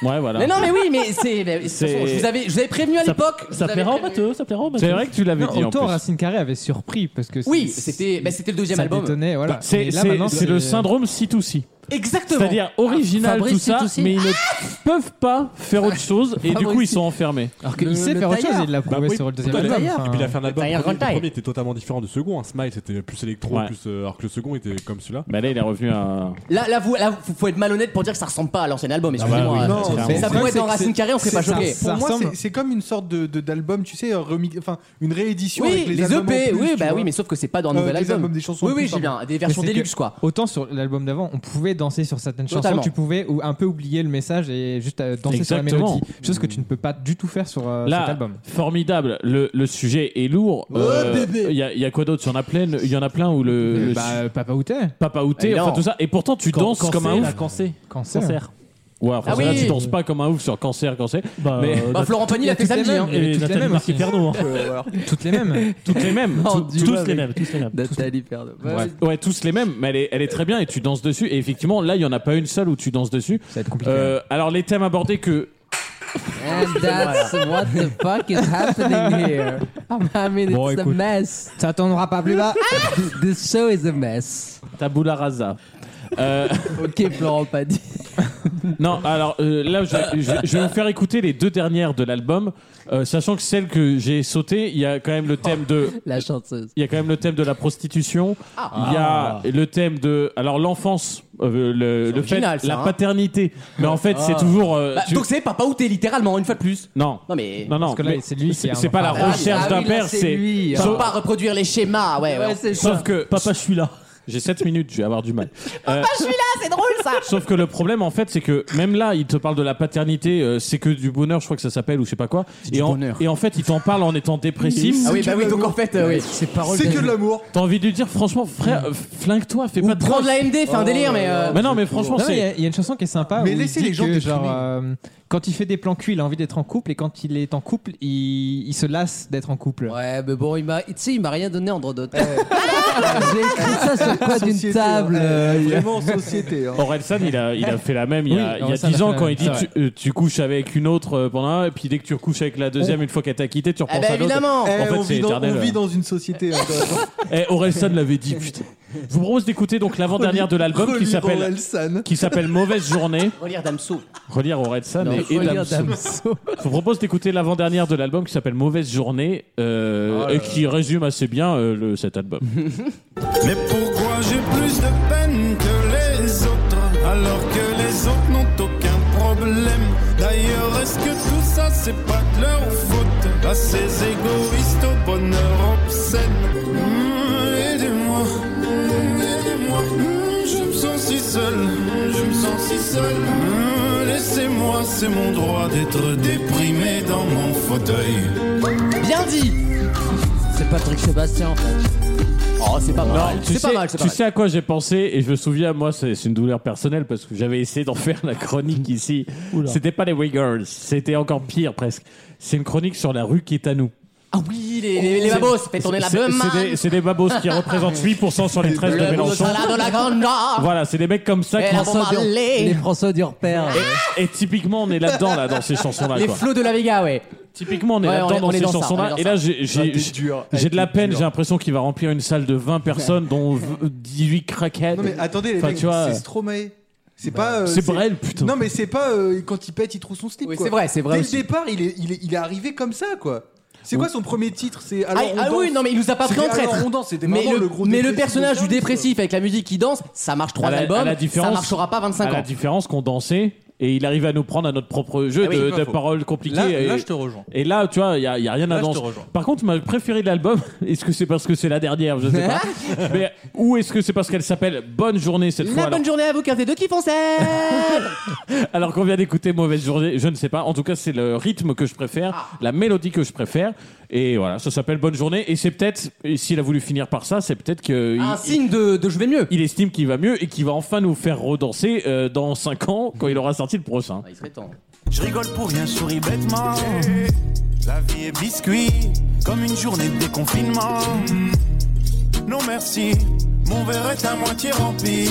S5: Ouais, voilà.
S2: Mais non, mais oui, mais c'est.
S5: (laughs)
S2: mais de toute
S5: C'est-
S2: façon, Je vous avais, je vous avais prévenu à
S4: Ça-
S2: l'époque. je vous
S4: Ça
S2: avais
S4: plaira en
S2: prévenu.
S4: bateau, ça plaira en bateau.
S5: C'est vrai que tu l'avais
S6: Non,
S5: dit en
S6: autant
S5: plus.
S6: Racine Carré avait surpris parce que
S2: Oui,
S6: c'est-
S2: c'était bah, c'était le deuxième
S6: ça
S2: album.
S6: détonnait, voilà.
S5: Bah, c'est
S6: Mais là,
S5: c'est-
S6: maintenant,
S5: c'est le syndrome C2C.
S2: Exactement.
S5: C'est-à-dire
S4: Ah,
S5: original,
S2: Fabrice
S5: tout ça,
S2: C2C.
S5: mais ils ne peuvent pas faire autre chose et du coup ils sont enfermés.
S6: Alors qu'il
S2: Le-
S6: sait
S2: le
S6: faire autre chose,
S2: tailleur.
S6: il l'a
S5: Ah
S9: Bah
S6: prouvé
S9: oui,
S6: sur le deuxième
S9: tout à
S6: album.
S9: fait.
S6: enfin.
S9: Et puis il a fait un album.
S2: Taille,
S9: le premier-
S2: grande taille.
S9: Le premier était totalement différent du second. hein. Smile, c'était plus électro,
S5: Ouais.
S9: plus, euh, alors que le second était comme celui-là.
S5: Bah là il est revenu à.
S2: Là, là, vous, là, vous- faut être malhonnête pour dire que ça ressemble pas à l'ancien album.
S5: Ah bah oui,
S2: Excusez-moi.
S5: non,
S2: Euh,
S5: c'est-
S2: ça
S7: c'est vrai
S2: pourrait être
S7: que
S2: en
S7: c'est-
S2: Racine Carré, on serait pas
S6: c'est-
S2: choqué.
S6: ça
S7: Pour moi,
S6: ressemble.
S7: c'est- c'est comme une sorte de de- d'album, tu sais, remix- enfin une réédition
S2: Oui,
S7: avec
S2: les,
S7: les albums en
S2: EP,
S7: plus,
S2: oui,
S7: tu
S2: bah
S7: vois.
S2: oui, mais sauf que c'est pas dans le
S7: Euh,
S2: nouvel
S7: des
S2: album.
S7: albums, des chansons
S2: Oui,
S7: en
S2: oui,
S7: plus,
S2: j'ai bien, des versions
S6: Mais c'est
S2: deluxe quoi.
S6: Autant sur l'album d'avant, on pouvait danser sur certaines
S2: Totalement.
S6: chansons, tu pouvais ou un peu oublier le message et juste euh, danser sur la
S5: Exactement.
S6: mélodie. Chose que tu ne peux pas du tout faire sur euh, cet
S5: Là,
S6: album.
S5: formidable. Le, le sujet est lourd. Euh, Il y, a- il y a quoi d'autre Il y en a plein. Il y en a plein où le, le su-
S6: bah, Papa Outé,
S5: papa outé,
S2: Mais
S5: enfin
S2: non.
S5: tout ça. Et pourtant tu danses
S4: Cancer,
S5: comme un
S4: là,
S5: ouf.
S4: Cancer.
S6: cancer.
S4: Cancer.
S5: Ouais, enfin
S2: Ah
S5: ça, là,
S2: oui.
S5: tu danses pas comme un ouf sur cancer, cancer.
S4: Bah,
S5: Mais-
S4: euh,
S2: Bah, Florent Pagny l'a fait
S6: toutes les
S2: samedi. hein.
S6: mêmes.
S4: Et
S6: Toutes les
S4: Nathalie
S6: mêmes
S4: Marquis
S6: aussi.
S4: Pernot.
S3: Euh,
S6: Toutes les mêmes.
S5: hein. (laughs) Toutes
S3: (laughs)
S5: les mêmes.
S3: Oh,
S5: Toutes-
S3: Dieu.
S5: tous
S4: Tous les mêmes, tous les mêmes.
S3: Nathalie Perdot.
S5: Ouais. Ouais, tous les mêmes, mais elle est, elle est très bien et tu danses dessus. Et effectivement, là, il n'y en a pas une seule où tu danses dessus.
S6: Ça va être compliqué.
S5: Euh, alors, les thèmes abordés que
S3: hein. And that's what the fuck is happening here. I mean,
S6: Bon,
S3: it's a
S6: écoute.
S3: mess. Ça tournera pas plus
S5: (laughs)
S3: bas. This show is a mess.
S5: Tabula rasa. Euh,
S3: ok, Florent Padi.
S5: Non, alors euh, là, je, je- je vais vous faire écouter les deux dernières de l'album, euh, sachant que celle que j'ai sautée, il y a quand même le thème de
S3: la chanteuse.
S5: Il y a quand même le thème de la prostitution. Il y a
S6: Ah.
S5: le thème de alors l'enfance, euh, le, le fait,
S2: original, ça,
S5: la
S2: hein.
S5: paternité. Mais en fait,
S2: Ah.
S5: c'est toujours. euh,
S2: Bah,
S5: tu-
S2: Donc c'est papa ou t'es littéralement une fois de plus.
S5: Non.
S2: Non mais
S5: Non, non,
S2: Parce que là,
S5: mais
S2: c'est lui qui
S5: c'est
S2: a
S5: c'est
S2: un
S5: pas la
S2: enfant. Ah,
S5: recherche
S2: ah
S5: d'un
S2: oui, là,
S5: père,
S2: c'est
S5: c'est.
S2: lui, hein.
S5: Sauf-
S2: Faut pas reproduire les schémas. Eh Ouais, ouais.
S5: Sauf que. Papa, je suis là. J'ai 7 minutes, je vais avoir du mal. Euh,
S2: Papa, je suis là, c'est drôle ça.
S5: Sauf que le problème, en fait, c'est que même là, il te parle de la paternité, euh, c'est que du bonheur, je crois que ça s'appelle, ou je sais pas quoi. Et en, et en fait, il t'en parle en étant dépressif.
S2: Ah oui, bah oui, donc en fait, euh, oui.
S5: C'est que de l'amour. T'as envie de lui dire, franchement, frère, euh, flingue-toi, fais pas de.
S2: prends de la
S5: tronche.
S2: MD, fais un délire, mais, euh,
S5: Mais non, mais franchement,
S6: Non, mais il y a-
S5: c'est.
S6: il y, a une chanson qui est sympa.
S5: Mais
S6: où il
S5: laissez
S6: dit
S5: les gens
S6: que,
S5: déprimer.
S6: genre, euh, quand il fait des plans cul, il a envie d'être en couple, et quand il est en couple, il, il se lasse d'être en couple.
S3: Ouais, mais bon, il m'a, tu sais, il m'a rien donné en drodote.
S2: Ah bah,
S3: J'ai écrit ça sur quoi d'une table. euh, il y a-
S5: société. Orelsan, il a, il a fait la même il y a,
S6: Oui,
S5: il y a
S6: Orelsan
S5: 10
S6: a
S5: ans
S6: fait
S5: quand
S6: la
S5: il dit
S6: même, c'est
S5: tu, euh, tu couches avec une autre euh, pendant un, et puis dès que tu recouches avec la deuxième, une fois qu'elle t'a quitté, tu
S2: Ah
S5: repenses
S2: bah,
S5: à l'autre. En
S2: Euh.
S7: Eh,
S5: fait,
S7: on,
S5: c'est
S7: vit dans,
S5: éternel.
S7: on vit dans une société. hein, quand même.
S5: Eh, Orelsan l'avait dit, putain. Je vous propose d'écouter donc l'avant-dernière de l'album qui
S7: Relire
S5: s'appelle
S7: Orelsan.
S5: qui s'appelle Mauvaise Journée.
S2: Relire Damso.
S5: Relire Orelsan
S2: Non,
S5: et, et
S2: relire
S5: Damso.
S2: Damso.
S5: Je vous propose d'écouter l'avant-dernière de l'album qui s'appelle Mauvaise Journée euh,
S2: Ah
S5: et qui résume assez bien euh, le- cet album.
S14: Mais pourquoi j'ai plus de peine que les autres alors que les autres n'ont aucun problème D'ailleurs, est-ce que tout ça c'est pas de leur faute à ces égoïstes au bonheur obscène Mmh, Aidez-moi, mmh, aidez-moi, Mmh, je me sens si seul, Mmh, je me sens si seul. Mmh, Laissez-moi, c'est mon droit d'être déprimé dans mon fauteuil.
S2: Bien dit.
S3: C'est Patrick Sébastien en fait.
S2: Oh, c'est pas mal.
S5: Non, tu
S2: (laughs) C'est pas
S5: sais-
S2: mal. c'est pas
S5: Tu
S2: mal.
S5: sais à quoi j'ai pensé et je me souviens, moi, c'est c'est une douleur personnelle parce que j'avais essayé d'en faire la
S2: (laughs)
S5: chronique ici.
S4: Oula.
S5: C'était pas les Wiggles, c'était encore pire presque. C'est une chronique sur la rue qui est à nous.
S2: Ah Oui, les, les, les babos, fais tourner la Euh,
S5: C'est-
S2: beuh, man.
S5: c'est des- C'est des babos qui représentent 8% sur les 13 de
S2: Le
S5: Mélenchon.
S2: salade de la grande. (laughs)
S5: Voilà, c'est des mecs comme ça
S2: Et
S5: qui
S2: la bombe à lait.
S5: Et-
S3: Les François Durper.
S5: Et typiquement, on est là-dedans, là, dans ces chansons-là.
S2: Les
S5: quoi.
S2: flots de la Vega, ouais.
S5: Typiquement, on est
S2: Ouais,
S5: là-dedans
S2: on est-
S5: dans
S2: on est
S5: ces
S2: dans ça,
S5: chansons-là.
S2: on est
S5: Et
S2: dans
S5: là,
S2: ça.
S5: j'ai- j'ai
S2: t'es
S5: j'ai-
S2: dur,
S5: j'ai de la
S2: t'es
S5: peine.
S2: dur.
S5: J'ai l'impression qu'il va remplir une salle de 20 personnes, dont v- 18 craquettes.
S7: Non mais attendez, les
S5: Enfin,
S7: mecs,
S5: tu vois,
S7: c'est Stromae. C'est pas. euh,
S5: c'est Brel, putain.
S7: Non mais c'est pas euh, quand il pète, il trouve son slip.
S2: Oui,
S7: quoi.
S2: c'est vrai, c'est vrai
S7: Dès
S2: aussi.
S7: le départ, il est, il est, il est arrivé comme ça, quoi. C'est quoi son premier titre C'est
S2: Ah,
S7: alors on
S2: ah oui,
S7: danse.
S2: non, mais il nous a pas pris en
S7: C'était
S2: traître.
S7: Alors on danse, c'était
S2: Mais
S7: vraiment
S2: le,
S7: le gros
S2: mais le
S7: dépressif
S2: personnage
S7: de
S2: du
S7: Charles,
S2: dépressif avec la musique qui danse, ça marche trois
S5: À la-
S2: albums,
S5: à la différence-
S2: ça marchera pas 25
S5: à la
S2: ans.
S5: différence qu'on dansait et il arrive à nous prendre à notre propre jeu
S7: Ah oui,
S5: de,
S7: c'est pas
S5: de
S7: faux.
S5: paroles compliquées.
S7: Là-
S5: et,
S7: là, je te rejoins.
S5: Et là, tu vois, il n'y a, il y a rien à
S7: Là, je te
S5: danser.
S7: rejoins.
S5: Par contre, ma préférée de l'album, (laughs) est-ce que c'est parce que c'est la dernière Je
S2: (laughs)
S5: sais pas. Mais, ou est-ce que c'est parce qu'elle s'appelle Bonne Journée cette fois
S2: La bonne
S5: alors-
S2: journée à vous, car c'est deux qui font (laughs) celle
S5: Alors qu'on vient d'écouter Mauvaise Journée, je ne sais pas. En tout cas, c'est le rythme que je préfère, la mélodie que je préfère. Et voilà, ça s'appelle Bonne Journée. Et c'est peut-être, et s'il a voulu finir par ça, c'est peut-être que.
S2: Un
S5: il-
S2: signe de, de je vais mieux.
S5: il estime qu'il va mieux et qu'il va enfin nous faire redanser euh, dans 5 ans quand il aura sorti le prochain.
S2: Il serait temps.
S14: Je rigole pour rien, je souris bêtement. La vie est biscuit, comme une journée de déconfinement. Non merci, mon verre est à moitié rempli.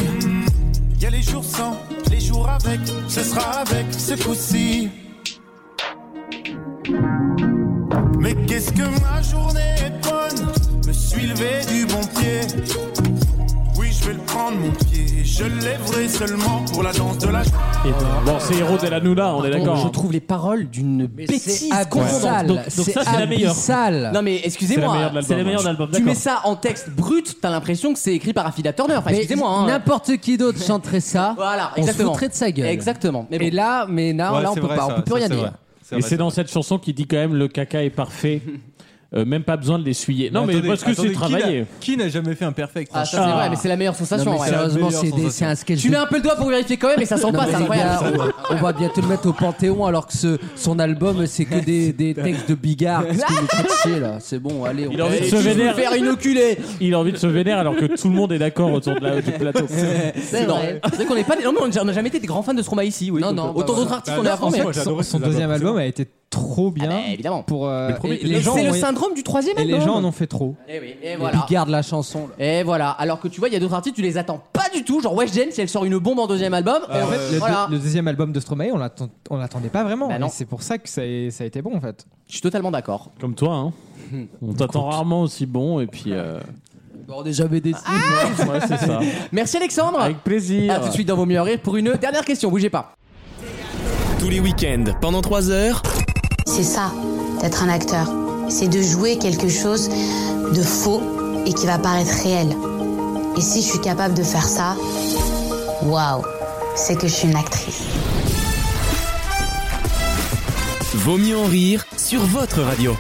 S14: Y a les jours sans, les jours avec, ce sera avec ce coup-ci. Mais qu'est-ce que ma journée est bonne, me suis levé du bon pied. Oui, je vais le prendre mon pied, je le lèverai seulement pour la danse de la.
S5: Et bon, c'est Héros de la Nuna, on est
S2: Pardon,
S5: d'accord.
S2: Je
S5: hein.
S2: trouve les paroles d'une bêtise
S3: c'est
S2: confondante.
S3: abyssal.
S2: Donc-
S3: C'est
S5: ça, c'est la meilleure.
S3: abyssal.
S2: Non mais
S5: C'est la
S2: excusez-moi,
S5: meilleure de l'album, C'est la meilleure de
S4: l'album,
S2: hein. Tu
S4: d'accord.
S2: mets ça en texte brut, t'as l'impression que c'est écrit par Affida Turner. Enfin,
S3: Mais
S2: excusez-moi. hein.
S3: N'importe qui d'autre chanterait ça.
S2: Voilà,
S3: on
S2: exactement.
S3: se foutrait de sa gueule.
S2: Exactement. Mais bon.
S3: Et là, mais là,
S7: Ouais,
S3: là on
S7: c'est
S3: peut
S7: vrai,
S3: pas,
S7: ça,
S3: on peut plus
S7: ça,
S3: rien
S7: c'est
S3: dire.
S7: vrai.
S5: et
S7: vrai,
S5: c'est dans cette chanson qu'il dit quand même le caca est parfait. Euh, même pas besoin de l'essuyer. Non, mais
S7: attendez,
S5: parce que
S7: attendez,
S5: c'est
S7: qui n'a-
S5: travaillé.
S7: Qui n'a jamais fait un perfect
S2: Ah, ça, c'est vrai, mais c'est la meilleure sensation.
S3: Non, mais
S2: ouais.
S3: sérieusement,
S7: meilleure
S3: c'est des- c'est
S7: sensation.
S3: un sketch.
S2: Tu
S3: de-
S2: mets un peu le doigt pour vérifier quand même, et ça sent
S3: Non,
S2: pas,
S3: mais
S2: c'est
S3: les gars,
S2: incroyable.
S3: on, on va bientôt le mettre au Panthéon alors que ce- son album c'est que des, des textes de Bigard. Qu'est-ce qu'il nous fait chier, là C'est bon, allez, on
S5: Il a envie de
S2: Et
S5: se
S2: tu veux
S5: vénère.
S2: faire une oculée.
S5: Il a envie de se vénère alors que tout le monde est d'accord autour de la, du plateau.
S2: C'est vrai. C'est vrai qu'on n'est pas. des- Non, mais on n'a jamais été des grands fans de Stromae ici. Oui.
S3: Non,
S2: Donc,
S3: non, bah
S2: Autant d'autres
S3: voilà.
S2: artistes qu'on est à
S6: En
S2: français. Eh,
S6: fait, son, son deuxième album a été trop bien.
S2: évidemment.
S6: Pour, euh, et les
S2: Et
S6: gens
S2: c'est
S6: ont-
S2: le syndrome du troisième
S6: Et les
S2: album.
S6: gens en ont fait trop.
S2: Eh oui, et
S6: Et
S2: voilà.
S6: puis garde la chanson.
S2: Et voilà. Alors que tu vois, il y a d'autres artistes, tu les attends pas du tout. Genre West Gen, si elle sort une bombe en deuxième album, Euh,
S6: Et en fait, le, deux-
S2: voilà.
S6: le deuxième album de Stromae, on l'attend- on l'attendait pas vraiment.
S2: Bah non.
S6: Et c'est pour ça que ça, a- ça a été bon en fait.
S2: Je suis totalement d'accord.
S5: Comme toi, hein.
S2: (laughs)
S5: On t'attend rarement aussi bon et puis. euh,
S3: on est jamais déçu.
S5: ouais, c'est ça.
S2: Ah Merci Alexandre. Avec
S5: plaisir.
S2: À tout de suite dans Vos mieux en rire pour une dernière question. Bougez pas.
S1: Tous les week-ends, pendant 3 heures.
S15: C'est ça, d'être un acteur. C'est de jouer quelque chose de faux et qui va paraître réel. Et si je suis capable de faire ça, waouh, c'est que je suis une actrice.
S1: Vaut mieux en rire sur votre radio.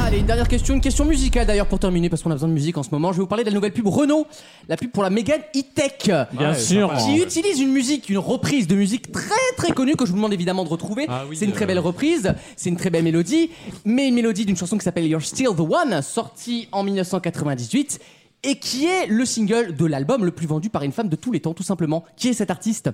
S2: Allez, une dernière question, une question musicale d'ailleurs pour terminer parce qu'on a besoin de musique en ce moment. Je vais vous parler de la nouvelle pub Renault, la pub pour la Mégane E-Tech.
S5: Bien sûr.
S2: Qui utilise une musique, une reprise de musique très très connue que je vous demande évidemment de retrouver. c'est une très belle reprise, c'est une très belle mélodie, mais une mélodie d'une chanson qui s'appelle You're Still the One, sortie en 1998 et qui est le single de l'album le plus vendu par une femme de tous les temps tout simplement. Qui est cet artiste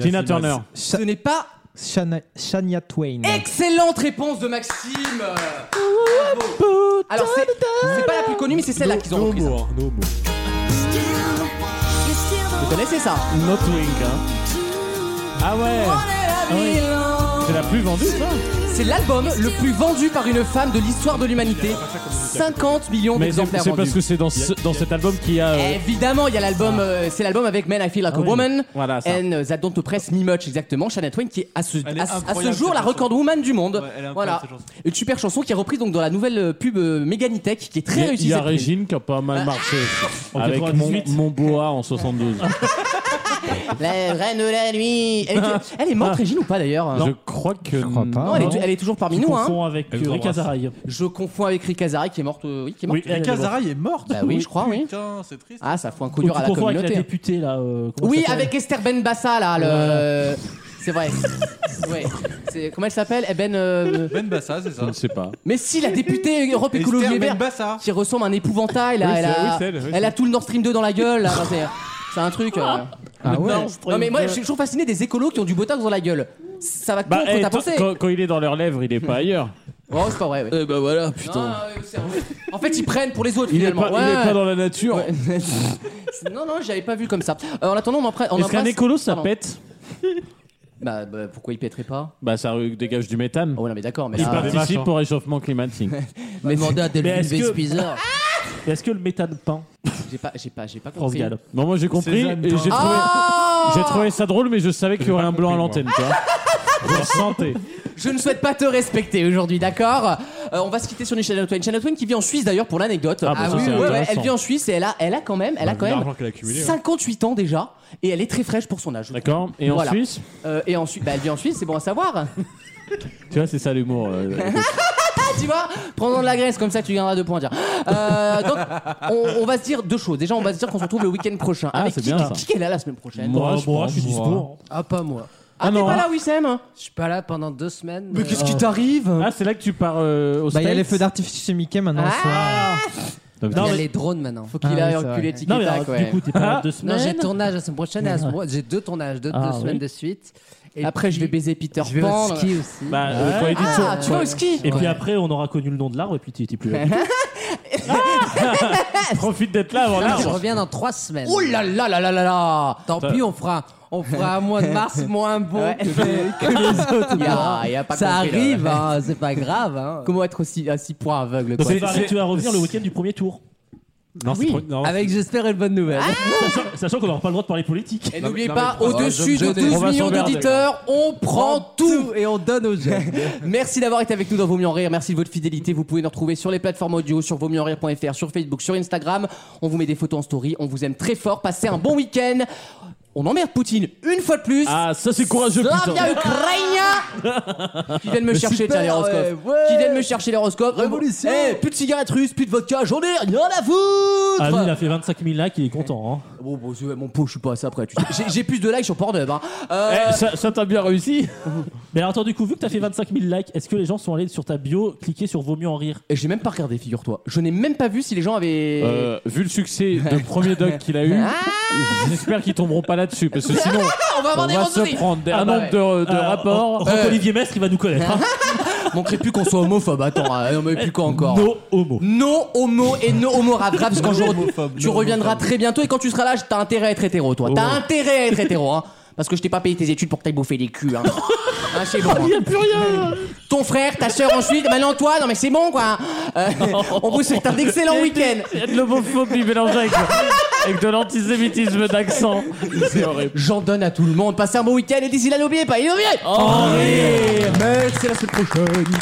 S5: Tina Turner.
S2: Ce n'est pas
S6: Shania, Shania Twain.
S2: Excellente réponse de Maxime. Bravo. Alors c'est c'est pas la plus connue mais c'est celle-là qu'ils ont reprise. Vous connaissez ça
S5: Notwing. Ah ouais. C'est la plus vendue, ça
S2: C'est l'album le plus vendu par une femme de l'histoire de l'humanité. 50 millions
S5: Mais c'est
S2: d'exemplaires
S5: c'est parce
S2: vendus.
S5: que c'est dans, ce- dans cet album qu'il y a. euh,
S2: Évidemment, il y a l'album, euh, c'est l'album avec Men I Feel
S5: Ah
S2: Like a Woman
S5: Voilà, ça.
S2: and euh, That Don't Oppress Me Much, exactement. Shania Twain qui est à ce,
S5: Elle est
S2: à, ce- à ce
S5: incroyable,
S2: jour la
S5: cette chanson.
S2: record woman du monde.
S5: elle est incroyable,
S2: voilà,
S5: cette chanson.
S2: une super chanson qui est reprise donc dans la nouvelle euh, pub euh, Meganitech qui
S5: Il
S2: est
S5: y
S2: très
S5: a- il
S2: réussie.
S5: y a
S2: cette pub. Bah.
S5: Régine qui a pas mal marché.
S4: En
S5: Avec mon,
S4: 98.
S5: mon boa en 72.
S2: (laughs) La reine de la nuit. Elle est,
S5: (laughs)
S2: elle est morte, Régine, ou pas d'ailleurs hein?
S5: Je crois que. Je
S6: crois pas.
S2: Non, elle est, elle est toujours parmi nous. hein.
S4: confonds avec
S5: Elle vous
S4: Rick
S5: embrasse.
S4: Azaraï.
S2: Je confonds avec Rick Azaray qui est morte. euh, oui, qui est morte.
S4: Oui, Rick
S7: Kazaraï est morte
S2: Bah oui, je crois, oui.
S7: Putain, c'est triste.
S2: Ah, ça fout un coup
S4: Ou Tu
S2: dur à la
S4: confonds avec la
S2: communauté. hein.
S4: députée là. euh, comment
S2: Oui,
S4: elle s'appelle
S2: avec Esther Benbassa là. Le... C'est vrai. ouais. C'est- Comment elle s'appelle Eh ben. euh,
S7: Ben Bassa, c'est ça.
S5: Je ne sais pas.
S2: Mais si la députée Europe
S7: Esther
S2: Écologie et Vert
S7: Benbassa.
S2: qui ressemble à un épouvantail là,
S9: Oui,
S2: elle, a,
S9: c'est- oui, c'est elle, oui,
S2: elle
S9: c'est
S2: a
S9: elle.
S2: tout le Nord Stream 2 dans la gueule. là, enfin, c'est- c'est un truc. euh,
S6: Ah ouais.
S2: non. Non, mais moi je suis toujours fasciné des écolos qui ont du botox dans la gueule. Ça va
S5: Bah,
S2: contre
S5: eh,
S2: ta
S5: toi,
S2: pensée.
S5: quand, quand il est dans leurs lèvres, il n'est pas ailleurs.
S2: Oh, c'est pas vrai, ouais.
S5: Eh bah voilà,
S2: Non, euh, c'est- en fait, ils prennent pour les autres
S5: Il est,
S2: finalement.
S5: pas, il est
S2: Ouais.
S5: pas dans la nature.
S2: Ouais. (laughs) non, non, j'avais pas vu comme ça. Euh, en attendant, on en
S5: Est-ce qu'un écolo, ça pète
S2: bah, bah, pourquoi il pèterait pas
S5: Bah, ça euh, dégage du méthane.
S2: Oh non, mais d'accord, mais
S5: Il
S3: Ah.
S2: là,
S5: participe au réchauffement climatique.
S3: Mais demandez à
S4: Mais
S3: Delphine
S4: est-ce que-
S3: Vespizer.
S4: (laughs) Est-ce que le méthane peint
S2: (laughs) j'ai pas, j'ai pas, j'ai pas
S4: France
S2: compris.
S4: Gall
S5: Bon, moi j'ai compris. et
S9: Cézanne
S5: J'ai trouvé,
S9: Dor.
S2: Ah
S5: j'ai trouvé ça drôle, mais je savais qu'il y aurait un blanc à
S9: compris,
S5: l'antenne, toi.
S4: (laughs)
S5: Je le sentais.
S2: Je ne souhaite pas te respecter aujourd'hui, d'accord Euh, On va se quitter sur une Shannon Twain. Shannon Twain qui vit en Suisse d'ailleurs pour l'anecdote.
S5: Ah, bah, Ah ça, oui, c'est
S2: Ouais, ouais,
S5: intéressant.
S2: elle vit en Suisse et elle a, elle a quand même, elle a
S4: Ah,
S9: Bah, vu
S2: quand même
S9: l'argent qu'elle a accumulé, ouais.
S2: 58 ans déjà et elle est très fraîche pour son âge. je trouve.
S5: D'accord Et en
S2: Voilà.
S5: Suisse
S2: Euh, et ensuite, bah, elle vit en Suisse, c'est bon à savoir. (laughs)
S5: Tu vois, c'est ça l'humour. euh,
S2: tu vois Prends-en de la graisse, comme ça tu gagneras deux points. tiens. Euh, donc, on, on va se dire deux choses. Déjà, on va se dire qu'on se retrouve le week-end prochain.
S5: Ah,
S2: Avec
S5: c'est
S2: qui,
S5: bien, ça.
S2: qui qu'elle a la semaine prochaine
S5: Moi,
S4: Moi,
S5: je
S4: moi,
S5: pense,
S4: je suis
S5: moi.
S4: dispo. hein.
S3: Ah, pas moi.
S2: Ah, t'es
S5: non,
S2: pas
S5: hein.
S2: là, Wissem
S3: Je suis pas là pendant deux semaines. Euh,
S2: Mais qu'est-ce qui t'arrive
S5: Ah, c'est là que tu pars euh, au
S6: Bah, il y a
S5: States
S6: les feux d'artifice chez Mickey maintenant.
S2: Ah.
S6: le soir.
S3: Il
S5: Non,
S3: y a
S5: mais-
S3: les drones maintenant.
S2: Faut qu'il
S6: Ah,
S2: aille
S6: oui, c'est
S2: reculer
S6: vrai.
S2: Tiki
S4: Non, mais
S2: Tac,
S4: alors, du
S2: ouais.
S4: coup, t'es pas là deux
S3: Non, j'ai
S4: semaines.
S3: tournage la semaine prochaine et la semaine- j'ai deux tournages, deux,
S4: Ah,
S3: deux semaines
S4: oui.
S3: de suite. Et
S2: Après, je vais
S3: puis,
S2: baiser Peter
S3: Je vais
S2: Pan.
S3: au ski aussi.
S5: Bah, euh, quand il dit
S2: Ah, tu vas au ski
S4: Et puis
S3: Ouais.
S4: après, on aura connu le nom de l'arbre et puis t'es t'es plus
S2: (laughs)
S4: là. du tout. Ah (laughs) Profite d'être là avant
S3: Non, je
S4: l'arbre.
S3: reviens dans trois semaines.
S2: Oh là là là là là là
S3: Tant
S5: Ça-
S3: pis, on fera, on fera un mois de
S2: (laughs)
S3: mars moins bon
S2: Ouais.
S3: que, que
S2: (laughs)
S3: les autres.
S2: Il y a-
S3: Bon,
S2: il y a pas
S3: ça
S2: compris, là.
S3: arrive, hein, c'est pas grave. hein.
S2: (laughs) Comment être aussi à 6 points aveugle
S4: Donc,
S2: quoi.
S4: tu vas- tu vas revenir le week-end du premier tour.
S9: Non, c'est
S2: Oui. Ah,
S9: trop- non,
S3: Avec j'espère une bonne nouvelle.
S4: Sachant- Sachant qu'on n'aura pas le droit de parler politique.
S2: Et n'oubliez
S7: non,
S2: pas,
S7: mais-
S2: au-dessus de
S3: je- je-
S2: 12
S5: on va
S2: millions
S5: sauvegarder,
S2: d'auditeurs, on prend hein. tout
S3: et on donne aux jeunes.
S2: (laughs) Merci d'avoir été avec nous dans Vaut mieux en rire, merci de votre fidélité. Vous pouvez nous retrouver sur les plateformes audio, sur vaut mieux en rire.fr, sur Facebook, sur Instagram. On vous met des photos en story, on vous aime très fort. Passez un bon week-end. On emmerde Poutine une fois de plus.
S5: Ah, ça c'est courageux, putain.
S2: Slavia Ukraina (laughs) Qui viennent me chercher tiens,
S3: super,
S2: les horoscopes.
S3: ouais, ouais.
S2: Qui viennent me chercher les horoscopes.
S3: Révolution.
S2: Eh, plus de cigarettes russes, plus de vodka, j'en ai rien à foutre
S4: Ah, lui, il a fait 25 000 likes, il est content. hein.
S2: Bon, Oh, bon, c'est- mon pot, je suis pas à ça après. tu sais. J'ai- J'ai plus de likes sur Pornhub. Hein. Euh,
S5: Eh, ça ça t'a bien réussi
S4: (laughs) Mais alors, attends, du coup, vu que t'as fait 25 000 likes, est-ce que les gens sont allés sur ta bio, cliquer sur Vaut mieux en rire
S2: J'ai même pas regardé, figure-toi. Je n'ai même pas vu si les gens avaient. Ah,
S5: Euh, Vu le succès de premier doc qu'il a eu, J'espère qu'ils tomberont pas là-dessus, parce
S2: (laughs)
S5: que sinon,
S2: On va avoir des
S5: se
S2: rosneries.
S5: prendre des-
S2: Ah
S5: un
S2: bah
S5: nombre de, de
S2: ouais.
S5: rapports.
S2: Euh,
S4: Olivier Mestre, il va nous connaître.
S5: (laughs)
S4: hein.
S2: Manquerait plus qu'on soit homophobe. Attends, euh, non mais plus quoi encore
S4: No homo.
S2: No homo et no homo rap rap, parce qu'un jour
S7: Homophobe,
S2: tu
S7: no
S2: reviendras
S7: homophobe.
S2: très bientôt et quand tu seras là, t'as intérêt à être hétéro, toi. T'as
S7: Oh.
S2: intérêt à être hétéro, hein. Parce que je t'ai pas payé tes études pour que t'ailles bouffer des
S4: (laughs)
S2: culs, hein. Hein, c'est bon. hein.
S4: Il y a plus rien.
S2: Ton frère, ta soeur ensuite, maintenant toi, non mais c'est bon quoi.
S4: (laughs)
S2: Euh, on vous souhaite un excellent week-end.
S5: Il y a de l'homophobie mélangée avec, avec de l'antisémitisme d'accent. C'est horrible.
S2: J'en donne à tout le monde. Passez un bon week-end et d'ici là, n'oubliez pas, il revient.
S5: Henri
S2: Mais c'est la semaine prochaine.